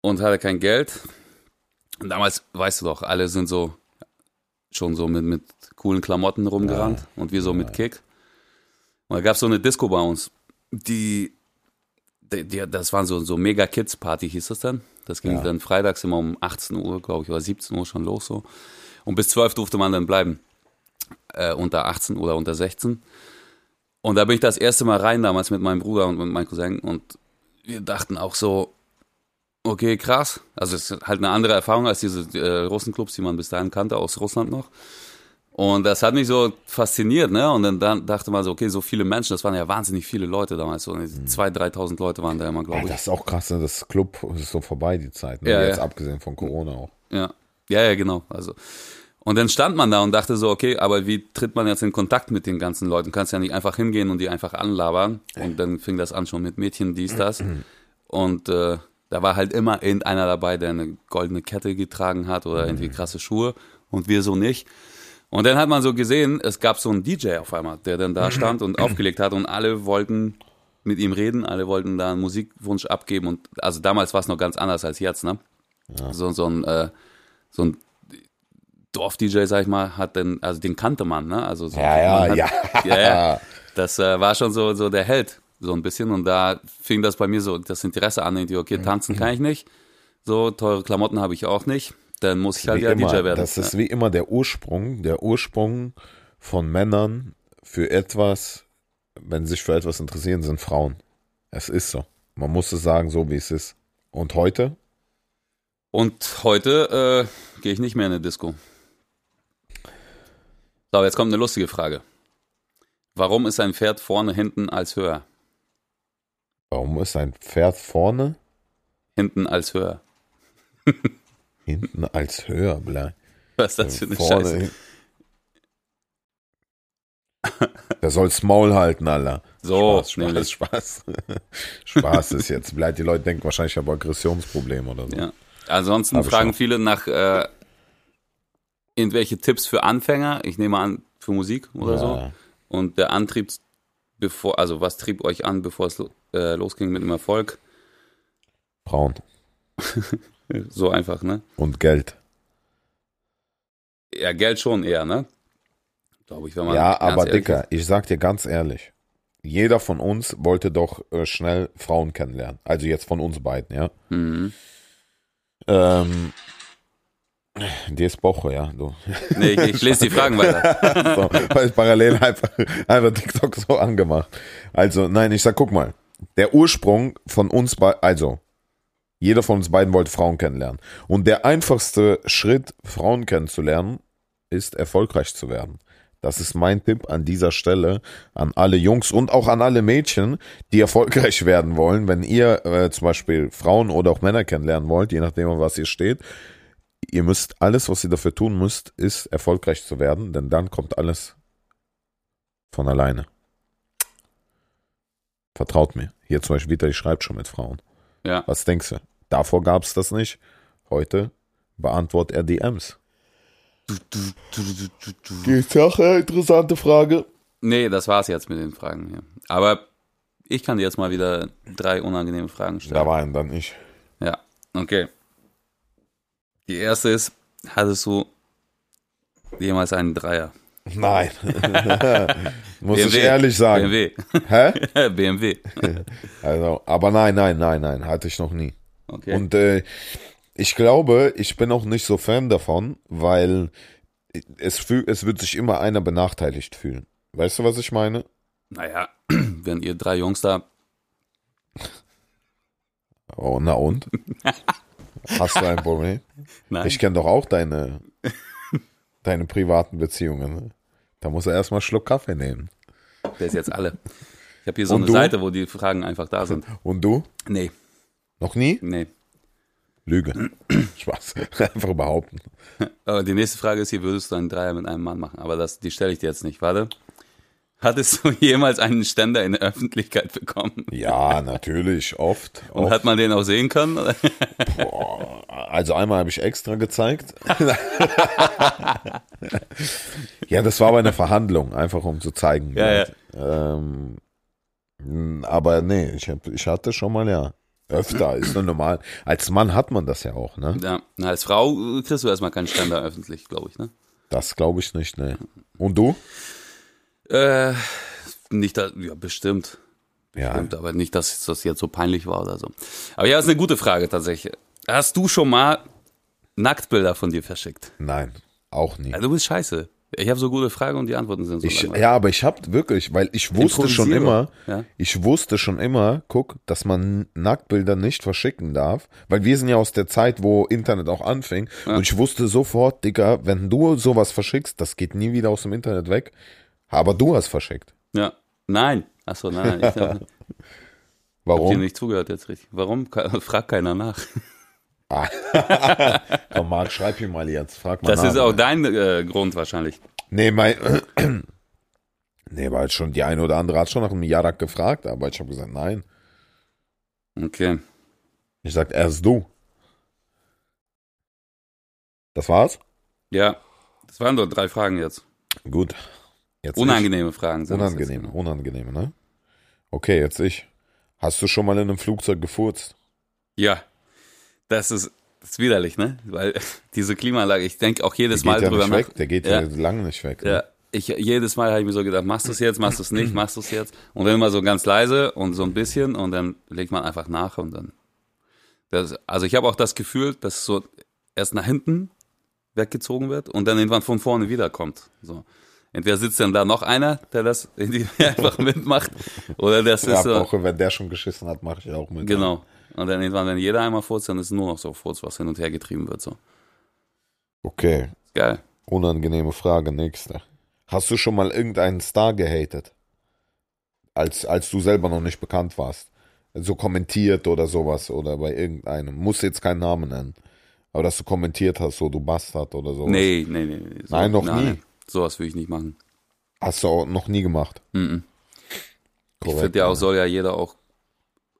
[SPEAKER 2] und hatte kein Geld. Und damals, weißt du doch, alle sind so schon so mit, mit coolen Klamotten rumgerannt und wir so mit Kick. Und da gab es so eine Disco bei uns, die, die, die das waren so, so Mega Kids Party hieß das dann. Das ging
[SPEAKER 1] Ja.
[SPEAKER 2] dann freitags immer um 18 Uhr, glaube ich, oder 17 Uhr schon los so. Und bis 12 durfte man dann bleiben. Äh, unter 18 oder unter 16. Und da bin ich das erste Mal rein damals mit meinem Bruder und mit meinem Cousin und wir dachten auch so, okay, krass. Also es ist halt eine andere Erfahrung als diese äh, Russenclubs, die man bis dahin kannte, aus Russland noch. Und das hat mich so fasziniert, ne? Und dann, dann dachte man so, okay, so viele Menschen, das waren ja wahnsinnig viele Leute damals, so ne, 2.000, 3.000 Leute waren da immer, glaube
[SPEAKER 1] Ja,
[SPEAKER 2] ich.
[SPEAKER 1] das ist auch krass, ne? das Club ist so vorbei, die Zeit. Ne?
[SPEAKER 2] Ja,
[SPEAKER 1] Jetzt
[SPEAKER 2] ja.
[SPEAKER 1] abgesehen von Corona auch.
[SPEAKER 2] Ja, ja, ja, genau. Also. Und dann stand man da und dachte so, okay, aber wie tritt man jetzt in Kontakt mit den ganzen Leuten? Du kannst ja nicht einfach hingehen und die einfach anlabern. Und dann fing das an schon mit Mädchen, dies, das. Und äh, da war halt immer irgendeiner dabei, der eine goldene Kette getragen hat oder irgendwie krasse Schuhe und wir so nicht. Und dann hat man so gesehen, es gab so einen DJ auf einmal, der dann da stand und aufgelegt hat und alle wollten mit ihm reden, alle wollten da einen Musikwunsch abgeben und also damals war es noch ganz anders als jetzt, ne? So, so ein, äh, so ein Dorf-DJ, sag ich mal, hat dann, also den kannte man, ne? Also so, man hat, ja,
[SPEAKER 1] Ah.
[SPEAKER 2] ja. Das äh, war schon so, so der Held, so ein bisschen. Und da fing das bei mir so das Interesse an, irgendwie, okay, tanzen kann ich nicht. So, teure Klamotten habe ich auch nicht. Dann muss ich halt
[SPEAKER 1] Wie
[SPEAKER 2] ja
[SPEAKER 1] immer,
[SPEAKER 2] DJ werden.
[SPEAKER 1] Das ist
[SPEAKER 2] ja.
[SPEAKER 1] wie immer der Ursprung, der Ursprung von Männern für etwas, wenn sie sich für etwas interessieren, sind Frauen. Es ist so. Man muss es sagen, so wie es ist. Und heute?
[SPEAKER 2] Und heute äh, gehe ich nicht mehr in eine Disco. So, jetzt kommt eine lustige Frage. Warum ist ein Pferd vorne, hinten als höher?
[SPEAKER 1] Warum ist ein Pferd vorne,
[SPEAKER 2] Hinten als höher.
[SPEAKER 1] hinten als höher? Blei.
[SPEAKER 2] Was ist das für eine
[SPEAKER 1] vorne.
[SPEAKER 2] Scheiße?
[SPEAKER 1] hin- Der soll's Maul halten, Alter.
[SPEAKER 2] So,
[SPEAKER 1] Spaß,
[SPEAKER 2] nämlich.
[SPEAKER 1] Spaß, Spaß. Spaß ist jetzt. Bleibt, die Leute denken wahrscheinlich, ich habe Aggressionsprobleme oder so.
[SPEAKER 2] Ja. Ansonsten
[SPEAKER 1] Hab ich
[SPEAKER 2] fragen
[SPEAKER 1] schon.
[SPEAKER 2] viele nach äh, irgendwelche Tipps für Anfänger. Ich nehme an, für Musik oder
[SPEAKER 1] Ja.
[SPEAKER 2] so. Und der Antrieb, bevor, also was trieb euch an, bevor es lo- äh, losging mit dem Erfolg?
[SPEAKER 1] Frauen
[SPEAKER 2] So einfach, ne?
[SPEAKER 1] und Geld.
[SPEAKER 2] Ja, Geld schon eher, ne? Glaube ich, wenn man.
[SPEAKER 1] Ja,
[SPEAKER 2] ganz
[SPEAKER 1] aber
[SPEAKER 2] ehrlich
[SPEAKER 1] Dicker, ich sag dir ganz ehrlich, jeder von uns wollte doch äh, schnell Frauen kennenlernen. Also jetzt von uns beiden, ja.
[SPEAKER 2] ist. Mhm.
[SPEAKER 1] Ähm, Äh, die ist Boche, ja, du.
[SPEAKER 2] Nee, ich, ich lese die Fragen weiter.
[SPEAKER 1] so, weil ich parallel einfach, einfach TikTok so angemacht. Also, nein, ich sag, guck mal, der Ursprung von uns beiden, also, jeder von uns beiden wollte Frauen kennenlernen. Und der einfachste Schritt, Frauen kennenzulernen, ist erfolgreich zu werden. Das ist mein Tipp an dieser Stelle an alle Jungs und auch an alle Mädchen, die erfolgreich werden wollen. Wenn ihr äh, zum Beispiel Frauen oder auch Männer kennenlernen wollt, je nachdem, auf was ihr steht, ihr müsst alles, was ihr dafür tun müsst, ist erfolgreich zu werden, denn dann kommt alles von alleine. Vertraut mir. Hier zum Beispiel Vita, ich schreibe schon mit Frauen.
[SPEAKER 2] Ja.
[SPEAKER 1] Was denkst du? Davor gab es das nicht. Heute beantwortet er DMs. Die Sache, äh, interessante Frage.
[SPEAKER 2] Nee, das war's jetzt mit den Fragen hier. Aber ich kann dir jetzt mal wieder drei unangenehme Fragen stellen.
[SPEAKER 1] Da waren dann ich.
[SPEAKER 2] Ja, okay. Die erste ist, hattest du jemals einen Dreier?
[SPEAKER 1] Nein. Muss ich ehrlich sagen.
[SPEAKER 2] BMW.
[SPEAKER 1] Hä?
[SPEAKER 2] BMW.
[SPEAKER 1] Also, aber nein, nein, nein, nein, hatte ich noch nie.
[SPEAKER 2] Okay.
[SPEAKER 1] Und äh, ich glaube, ich bin auch nicht so Fan davon, weil es, fühl, es wird sich immer einer benachteiligt fühlen. Weißt du, was ich meine?
[SPEAKER 2] naja, wenn ihr drei Jungs da,
[SPEAKER 1] Oh, na und? Hast du ein Problem?
[SPEAKER 2] nein,
[SPEAKER 1] Ich kenne doch auch deine, deine privaten Beziehungen. Ne? Da muss er erstmal einen Schluck Kaffee nehmen.
[SPEAKER 2] der ist jetzt alle. Ich habe hier so
[SPEAKER 1] Und
[SPEAKER 2] eine
[SPEAKER 1] du?
[SPEAKER 2] Seite, wo die Fragen einfach da sind.
[SPEAKER 1] Und du?
[SPEAKER 2] Nee,
[SPEAKER 1] Noch nie?
[SPEAKER 2] nee.
[SPEAKER 1] Lüge. Spaß. Einfach behaupten.
[SPEAKER 2] Aber die nächste Frage ist hier, würdest du einen Dreier mit einem Mann machen? Aber das, die stelle ich dir jetzt nicht. Warte. Hattest du jemals einen Ständer in der Öffentlichkeit bekommen?
[SPEAKER 1] Ja, natürlich, oft.
[SPEAKER 2] Und
[SPEAKER 1] oft.
[SPEAKER 2] hat man den auch sehen können?
[SPEAKER 1] Boah. Also einmal habe ich extra gezeigt. ja, das war bei einer Verhandlung, einfach um zu zeigen.
[SPEAKER 2] Ja,
[SPEAKER 1] Ähm, m, aber nee, ich, hab, ich hatte schon mal ja. Öfter, ist nur normal. Als Mann hat man das ja auch, ne?
[SPEAKER 2] ja. Na, als Frau äh, kriegst du erstmal keinen Ständer öffentlich, glaube ich. Ne?
[SPEAKER 1] Das glaube ich nicht, ne? Und du?
[SPEAKER 2] Äh, nicht, da, ja, bestimmt.
[SPEAKER 1] Ja.
[SPEAKER 2] Stimmt, aber nicht, dass das jetzt so peinlich war oder so. Aber ja, ist eine gute Frage tatsächlich. Hast du schon mal Nacktbilder von dir verschickt?
[SPEAKER 1] Nein, auch nie.
[SPEAKER 2] Ja, du bist scheiße. Ich habe so gute Fragen und die Antworten sind so
[SPEAKER 1] Ich,
[SPEAKER 2] langweilig.
[SPEAKER 1] ja, aber ich hab wirklich, weil ich wusste schon immer,
[SPEAKER 2] Improvisiere, ja.
[SPEAKER 1] ich wusste schon immer, guck, dass man Nacktbilder nicht verschicken darf, weil wir sind ja aus der Zeit, wo Internet auch anfing und ich wusste sofort, Digga, wenn du sowas verschickst, das geht nie wieder aus dem Internet weg, aber du hast verschickt.
[SPEAKER 2] Ja. Nein. Achso, nein. Ich habe dir
[SPEAKER 1] Warum?
[SPEAKER 2] nicht zugehört jetzt richtig. Warum? Ke- Fragt keiner nach.
[SPEAKER 1] Ah. Komm, Marc, schreib ihm mal jetzt, frag mal
[SPEAKER 2] Das
[SPEAKER 1] nach.
[SPEAKER 2] ist auch dein äh, Grund wahrscheinlich.
[SPEAKER 1] Nee, mein, nee, weil schon die eine oder andere hat schon nach einem Jarak gefragt, aber ich habe gesagt, nein.
[SPEAKER 2] Okay.
[SPEAKER 1] Ich sag, erst du. Das war's?
[SPEAKER 2] Ja. Das waren doch drei Fragen jetzt.
[SPEAKER 1] Gut. Jetzt
[SPEAKER 2] Unangenehme Fragen.
[SPEAKER 1] ich.
[SPEAKER 2] sind das jetzt. genau.
[SPEAKER 1] Unangenehm, unangenehm, ne? Okay, jetzt ich. Hast du schon mal in einem Flugzeug gefurzt?
[SPEAKER 2] Ja. Das ist, das ist widerlich, ne? Weil diese Klimaanlage, ich denke auch jedes Mal
[SPEAKER 1] geht ja
[SPEAKER 2] drüber
[SPEAKER 1] nicht
[SPEAKER 2] nach.
[SPEAKER 1] weg. Der geht ja,
[SPEAKER 2] Ja.
[SPEAKER 1] lang nicht weg. ne?
[SPEAKER 2] Ja, ich, jedes Mal habe ich mir so gedacht, machst du es jetzt, machst du es nicht, machst du es jetzt. Und dann immer so ganz leise und so ein bisschen und dann legt man einfach nach und dann. Das, also ich habe auch das Gefühl, dass so erst nach hinten weggezogen wird und dann irgendwann von vorne wiederkommt. So. Entweder sitzt dann da noch einer, der das irgendwie einfach mitmacht oder das
[SPEAKER 1] Ne? Ja,
[SPEAKER 2] ist so.
[SPEAKER 1] auch wenn der schon geschissen hat, mache ich auch mit. ne?
[SPEAKER 2] Genau. Und dann irgendwann, wenn jeder einmal furzt, dann ist nur noch so Furz, was hin und her getrieben wird. So.
[SPEAKER 1] Okay,
[SPEAKER 2] Geil.
[SPEAKER 1] unangenehme Frage, nächste. Hast du schon mal irgendeinen Star gehatet? Als, als du selber noch nicht bekannt warst. So kommentiert oder sowas oder bei irgendeinem. Muss jetzt keinen Namen nennen. Aber dass du kommentiert hast, so du Bastard oder sowas.
[SPEAKER 2] Nee, nee, nee. nee. So,
[SPEAKER 1] Nein, noch nie.
[SPEAKER 2] Sowas würde ich nicht machen.
[SPEAKER 1] Hast du auch noch nie gemacht.
[SPEAKER 2] Mhm. Ich
[SPEAKER 1] Korrekt,
[SPEAKER 2] finde ja auch, soll ja jeder auch.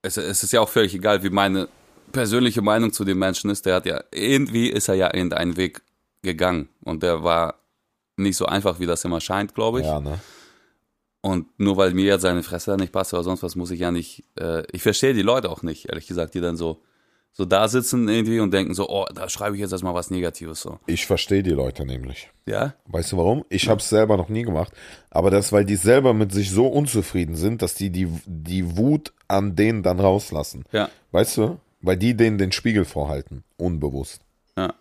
[SPEAKER 2] Es, es ist ja auch völlig egal, wie meine persönliche Meinung zu dem Menschen ist. Der hat ja, irgendwie ist er ja irgendeinen Weg gegangen. Und der war nicht so einfach, wie das immer scheint, glaube ich.
[SPEAKER 1] Ja, ne?
[SPEAKER 2] Und nur weil mir jetzt seine Fresse da nicht passt oder sonst was, muss ich ja nicht. Äh, ich verstehe die Leute auch nicht, ehrlich gesagt, die dann so, so da sitzen irgendwie und denken so, oh, da schreibe ich jetzt erstmal was Negatives. So.
[SPEAKER 1] Ich verstehe die Leute nämlich.
[SPEAKER 2] Ja?
[SPEAKER 1] Weißt du warum? Ich habe es selber noch nie gemacht. Aber das, weil die selber mit sich so unzufrieden sind, dass die die, die Wut an denen dann rauslassen.
[SPEAKER 2] Ja.
[SPEAKER 1] Weißt du? Weil die denen den Spiegel vorhalten. Unbewusst.
[SPEAKER 2] Ja.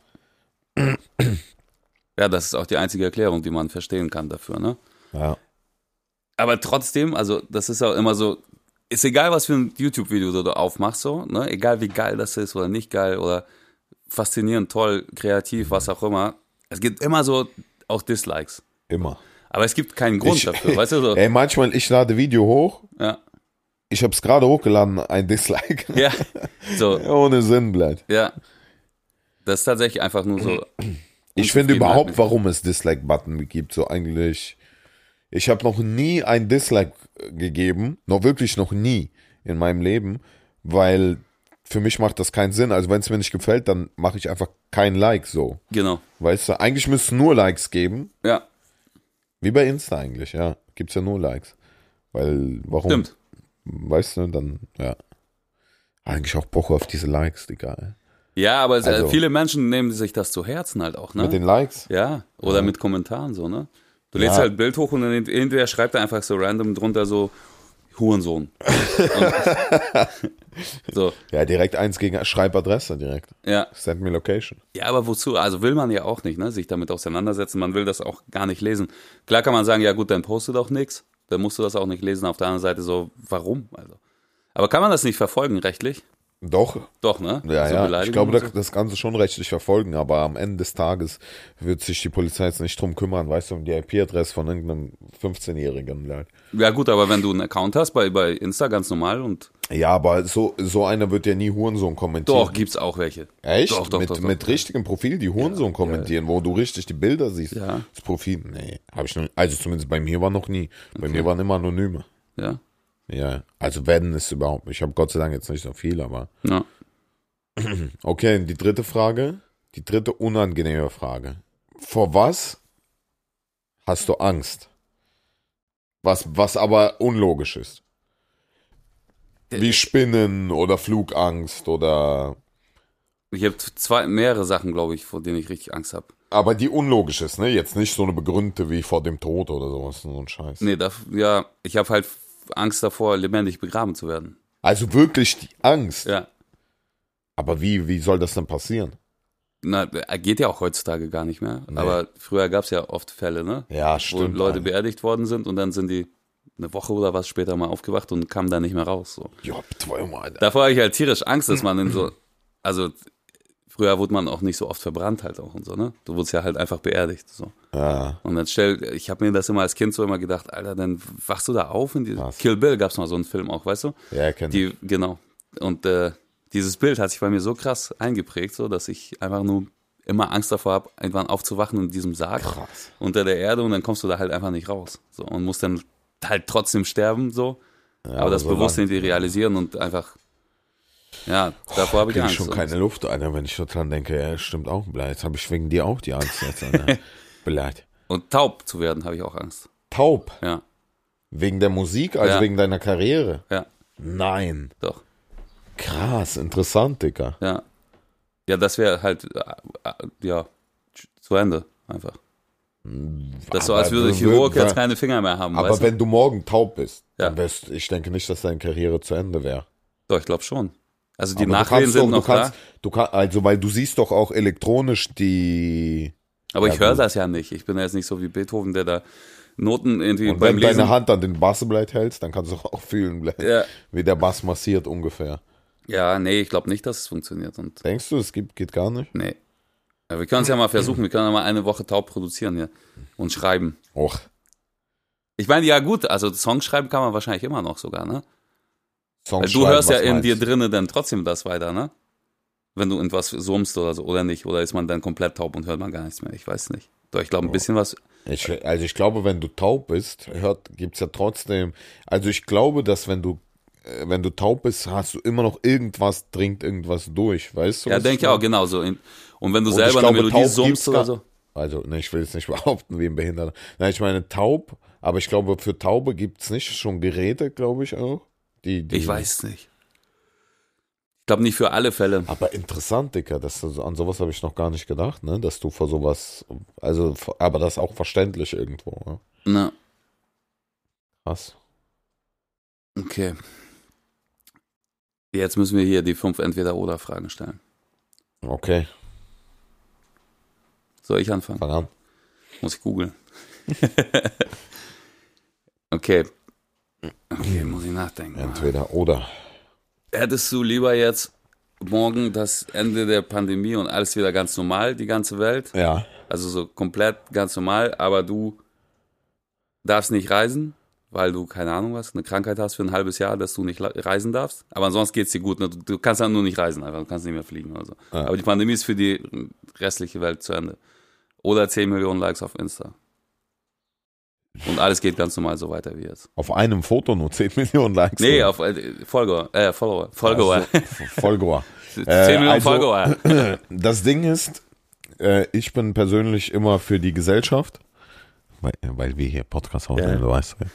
[SPEAKER 2] Ja, das ist auch die einzige Erklärung, die man verstehen kann dafür, ne?
[SPEAKER 1] Ja.
[SPEAKER 2] aber trotzdem, also das ist auch immer so, ist egal, was für ein YouTube-Video du da aufmachst, so, ne? egal wie geil das ist oder nicht geil oder faszinierend, toll, kreativ, was auch immer. Es gibt immer so auch Dislikes.
[SPEAKER 1] Immer.
[SPEAKER 2] Aber es gibt keinen Grund
[SPEAKER 1] Ich- Äh.
[SPEAKER 2] dafür, weißt du so?
[SPEAKER 1] Ey, manchmal, ich lade Video hoch.
[SPEAKER 2] Ja,
[SPEAKER 1] Ich habe es gerade hochgeladen, ein Dislike.
[SPEAKER 2] ja, so,
[SPEAKER 1] Ohne Sinn bleibt.
[SPEAKER 2] ja. Das ist tatsächlich einfach nur so.
[SPEAKER 1] Ich finde
[SPEAKER 2] Unzufriedenheit
[SPEAKER 1] überhaupt,
[SPEAKER 2] mit-
[SPEAKER 1] warum es Dislike-Button gibt, so eigentlich. Ich habe noch nie ein Dislike äh, gegeben, noch wirklich noch nie in meinem Leben, weil für mich macht das keinen Sinn. Also wenn es mir nicht gefällt, dann mache ich einfach kein Like so.
[SPEAKER 2] Genau,
[SPEAKER 1] Weißt du, eigentlich müsste es nur Likes geben,
[SPEAKER 2] ja,
[SPEAKER 1] wie bei Insta eigentlich, ja. Gibt's ja nur Likes. Weil warum?
[SPEAKER 2] stimmt.
[SPEAKER 1] Weißt du, dann ja. Eigentlich auch Bock auf diese Likes, egal.
[SPEAKER 2] Ja, aber es,
[SPEAKER 1] Also-
[SPEAKER 2] viele Menschen nehmen sich das zu Herzen halt auch, ne?
[SPEAKER 1] Mit den Likes?
[SPEAKER 2] Ja, oder mit Kommentaren so, ne? Du lädst
[SPEAKER 1] Ja.
[SPEAKER 2] halt ein Bild hoch und dann irgendwer schreibt da einfach so random drunter so Hurensohn. und, so,
[SPEAKER 1] Ja, direkt eins gegen Schreibadresse direkt.
[SPEAKER 2] ja.
[SPEAKER 1] Send me location.
[SPEAKER 2] Ja, aber wozu? Also will man ja auch nicht, ne? Sich damit auseinandersetzen. Man will das auch gar nicht lesen. Klar kann man sagen, ja gut, dann postet auch nichts. Dann musst du das auch nicht lesen. Auf der anderen Seite so, warum? Also. Aber kann man das nicht verfolgen rechtlich?
[SPEAKER 1] Doch,
[SPEAKER 2] Doch,
[SPEAKER 1] ja,
[SPEAKER 2] ne? So
[SPEAKER 1] ja. Ich
[SPEAKER 2] Beleidigung
[SPEAKER 1] glaube,
[SPEAKER 2] und
[SPEAKER 1] das,
[SPEAKER 2] so.
[SPEAKER 1] das Ganze schon rechtlich verfolgen, aber am Ende des Tages wird sich die Polizei jetzt nicht drum kümmern, weißt du, um die IP-Adresse von irgendeinem 15-Jährigen. Leute.
[SPEAKER 2] Ja, gut, aber wenn du einen Account hast bei, bei Insta, ganz normal und.
[SPEAKER 1] Ja, aber so, so einer wird ja nie Hurensohn kommentieren.
[SPEAKER 2] Doch, gibt's auch welche.
[SPEAKER 1] Echt?
[SPEAKER 2] Doch, doch,
[SPEAKER 1] mit
[SPEAKER 2] doch, doch.
[SPEAKER 1] mit richtigem Profil, die Hurensohn kommentieren, wo du richtig die Bilder siehst.
[SPEAKER 2] Ja.
[SPEAKER 1] Das Profil, nee, habe ich noch Also zumindest bei mir war noch nie. Bei mir waren immer Anonyme.
[SPEAKER 2] Ja.
[SPEAKER 1] Ja, also werden es überhaupt. Ich habe Gott sei Dank jetzt nicht so viel, aber.
[SPEAKER 2] ja.
[SPEAKER 1] Okay, die dritte Frage. Die dritte unangenehme Frage. Vor was hast du Angst? Was, was aber unlogisch ist.
[SPEAKER 2] Äh,
[SPEAKER 1] Wie Spinnen oder Flugangst oder.
[SPEAKER 2] Ich habe zwei, mehrere Sachen, glaube ich, vor denen ich richtig Angst habe.
[SPEAKER 1] Aber die unlogisch ist, ne? Jetzt nicht so eine begründete wie vor dem Tod oder sowas. So ein Scheiß.
[SPEAKER 2] Nee, da, ja, ich habe halt Angst davor, lebendig begraben zu werden.
[SPEAKER 1] Also wirklich die Angst.
[SPEAKER 2] Ja.
[SPEAKER 1] Aber wie, wie soll das denn passieren?
[SPEAKER 2] Na, äh, geht ja auch heutzutage gar nicht mehr. Aber früher gab's ja oft Fälle, ne?
[SPEAKER 1] Ja,
[SPEAKER 2] Wo
[SPEAKER 1] stimmt.
[SPEAKER 2] Leute
[SPEAKER 1] Alter.
[SPEAKER 2] beerdigt worden sind und dann sind die eine Woche oder was später mal aufgewacht und kamen da nicht mehr raus. So.
[SPEAKER 1] Ja, zweimal, Alter.
[SPEAKER 2] Davor habe ich halt tierisch Angst, dass man in so. Also, früher wurde man auch nicht so oft verbrannt, halt auch und so, ne? Du wurdest ja halt einfach beerdigt. So.
[SPEAKER 1] Ja.
[SPEAKER 2] Und dann stell, ich habe mir das immer als Kind so immer gedacht, Alter, dann wachst du da auf in die.
[SPEAKER 1] Krass.
[SPEAKER 2] Kill Bill gab's mal so einen Film auch, weißt du?
[SPEAKER 1] Ja, kenn ich.
[SPEAKER 2] Die, genau. Und äh, dieses Bild hat sich bei mir so krass eingeprägt, so dass ich einfach nur immer Angst davor habe, irgendwann aufzuwachen in diesem Sarg
[SPEAKER 1] Krass.
[SPEAKER 2] unter der Erde und dann kommst du da halt einfach nicht raus. So und musst dann halt trotzdem sterben, so. aber das
[SPEAKER 1] so
[SPEAKER 2] Bewusstsein die realisieren und einfach ja, davor habe ich
[SPEAKER 1] Krieg ich
[SPEAKER 2] Angst.
[SPEAKER 1] schon
[SPEAKER 2] Und-
[SPEAKER 1] keine Luft, Alter, wenn ich so dran denke. Ja, stimmt auch. Blei, Jetzt habe ich wegen dir auch die Angst jetzt, Alter. Beleid.
[SPEAKER 2] Und taub zu werden, habe ich auch Angst.
[SPEAKER 1] Taub.
[SPEAKER 2] Ja,
[SPEAKER 1] Wegen der Musik, also
[SPEAKER 2] Ja.
[SPEAKER 1] wegen deiner Karriere.
[SPEAKER 2] ja,
[SPEAKER 1] Nein.
[SPEAKER 2] doch.
[SPEAKER 1] Krass, interessant, Digga.
[SPEAKER 2] Ja. Ja, das wäre halt äh, äh, ja zu Ende einfach. Das ist so, als
[SPEAKER 1] aber
[SPEAKER 2] würde
[SPEAKER 1] wir-
[SPEAKER 2] Chirurg
[SPEAKER 1] wir-
[SPEAKER 2] jetzt keine Finger mehr haben.
[SPEAKER 1] Aber
[SPEAKER 2] weißt du?
[SPEAKER 1] wenn du morgen taub bist,
[SPEAKER 2] Ja.
[SPEAKER 1] dann wärst, ich denke nicht, dass deine Karriere zu Ende wäre.
[SPEAKER 2] Doch, ich glaube schon. Also die
[SPEAKER 1] Aber du
[SPEAKER 2] Nachwehen
[SPEAKER 1] kannst
[SPEAKER 2] sind
[SPEAKER 1] doch-
[SPEAKER 2] noch
[SPEAKER 1] du kannst,
[SPEAKER 2] da.
[SPEAKER 1] Du kann, also, weil du siehst doch auch elektronisch die.
[SPEAKER 2] Aber
[SPEAKER 1] Ja,
[SPEAKER 2] ich höre
[SPEAKER 1] gut.
[SPEAKER 2] das ja nicht. Ich bin ja jetzt nicht so wie Beethoven, der da Noten irgendwie
[SPEAKER 1] Und
[SPEAKER 2] beim
[SPEAKER 1] wenn
[SPEAKER 2] Lesen.
[SPEAKER 1] deine Hand an den Bass bleibt hältst, dann kannst du auch fühlen, Blei,
[SPEAKER 2] Ja.
[SPEAKER 1] wie der Bass massiert ungefähr.
[SPEAKER 2] ja, nee, ich glaube nicht, dass es funktioniert. Und
[SPEAKER 1] Denkst du, es gibt, geht gar nicht?
[SPEAKER 2] nee. Aber wir können es ja mal versuchen. Wir können ja mal eine Woche taub produzieren hier und schreiben.
[SPEAKER 1] Och,
[SPEAKER 2] Ich meine, ja gut, also Songs schreiben kann man wahrscheinlich immer noch sogar, ne?
[SPEAKER 1] Song
[SPEAKER 2] Weil Also du hörst ja in dir drinne dann trotzdem das weiter, ne? Wenn du irgendwas summst oder so, oder nicht. Oder ist man dann komplett taub und hört man gar nichts mehr. Ich weiß nicht. Doch, ich glaube, ein bisschen was.
[SPEAKER 1] Ich, also ich glaube, wenn du taub bist, hört, gibt's ja trotzdem. Also ich glaube, dass wenn du, äh, wenn du taub bist, hast du immer noch irgendwas, dringt irgendwas durch, weißt du?
[SPEAKER 2] Ja,
[SPEAKER 1] was
[SPEAKER 2] denke ich
[SPEAKER 1] meine?
[SPEAKER 2] auch, genau so. In- Und wenn du
[SPEAKER 1] Und
[SPEAKER 2] selber
[SPEAKER 1] ich glaube,
[SPEAKER 2] eine Melodie
[SPEAKER 1] taub
[SPEAKER 2] summst
[SPEAKER 1] gibt's
[SPEAKER 2] oder
[SPEAKER 1] gar-
[SPEAKER 2] so.
[SPEAKER 1] Also, ne, ich will jetzt nicht behaupten, wie ein Behinderter. Nein, ich meine taub, aber ich glaube, für Taube gibt's nicht schon Geräte, glaube ich auch. Die, die,
[SPEAKER 2] Ich weiß nicht. Ich glaube nicht für alle Fälle.
[SPEAKER 1] Aber interessant, Dicker, dass du, so- an sowas habe ich noch gar nicht gedacht, ne? Dass du vor sowas, also, aber das ist auch verständlich irgendwo. Ne?
[SPEAKER 2] Na,
[SPEAKER 1] Krass.
[SPEAKER 2] okay. Jetzt müssen wir hier die fünf Entweder-Oder-Fragen stellen.
[SPEAKER 1] Okay,
[SPEAKER 2] Soll ich anfangen?
[SPEAKER 1] fang an.
[SPEAKER 2] Muss ich googeln. okay. Okay, muss ich nachdenken.
[SPEAKER 1] Entweder oder.
[SPEAKER 2] Hättest du lieber jetzt morgen das Ende der Pandemie und alles wieder ganz normal, die ganze Welt?
[SPEAKER 1] Ja.
[SPEAKER 2] Also so komplett ganz normal, aber du darfst nicht reisen, weil du, keine Ahnung was, eine Krankheit hast für ein halbes Jahr, dass du nicht la- reisen darfst. Aber ansonsten geht's dir gut. Ne? Du, du kannst dann nur nicht reisen, einfach. Du kannst nicht mehr fliegen oder so. Aber die Pandemie ist für die restliche Welt zu Ende. Oder 10 Millionen Likes auf Insta. Und alles geht ganz normal so weiter wie jetzt.
[SPEAKER 1] Auf einem Foto nur 10 Millionen Likes.
[SPEAKER 2] Nee, auf äh, Follower, äh, Follower, Follower.
[SPEAKER 1] Folgoer.
[SPEAKER 2] 10
[SPEAKER 1] Äh,
[SPEAKER 2] Millionen
[SPEAKER 1] also-
[SPEAKER 2] Follower.
[SPEAKER 1] Das Ding ist, äh, ich bin persönlich immer für die Gesellschaft, weil, äh, weil wir hier Podcast aufnehmen, du weißt. Ja.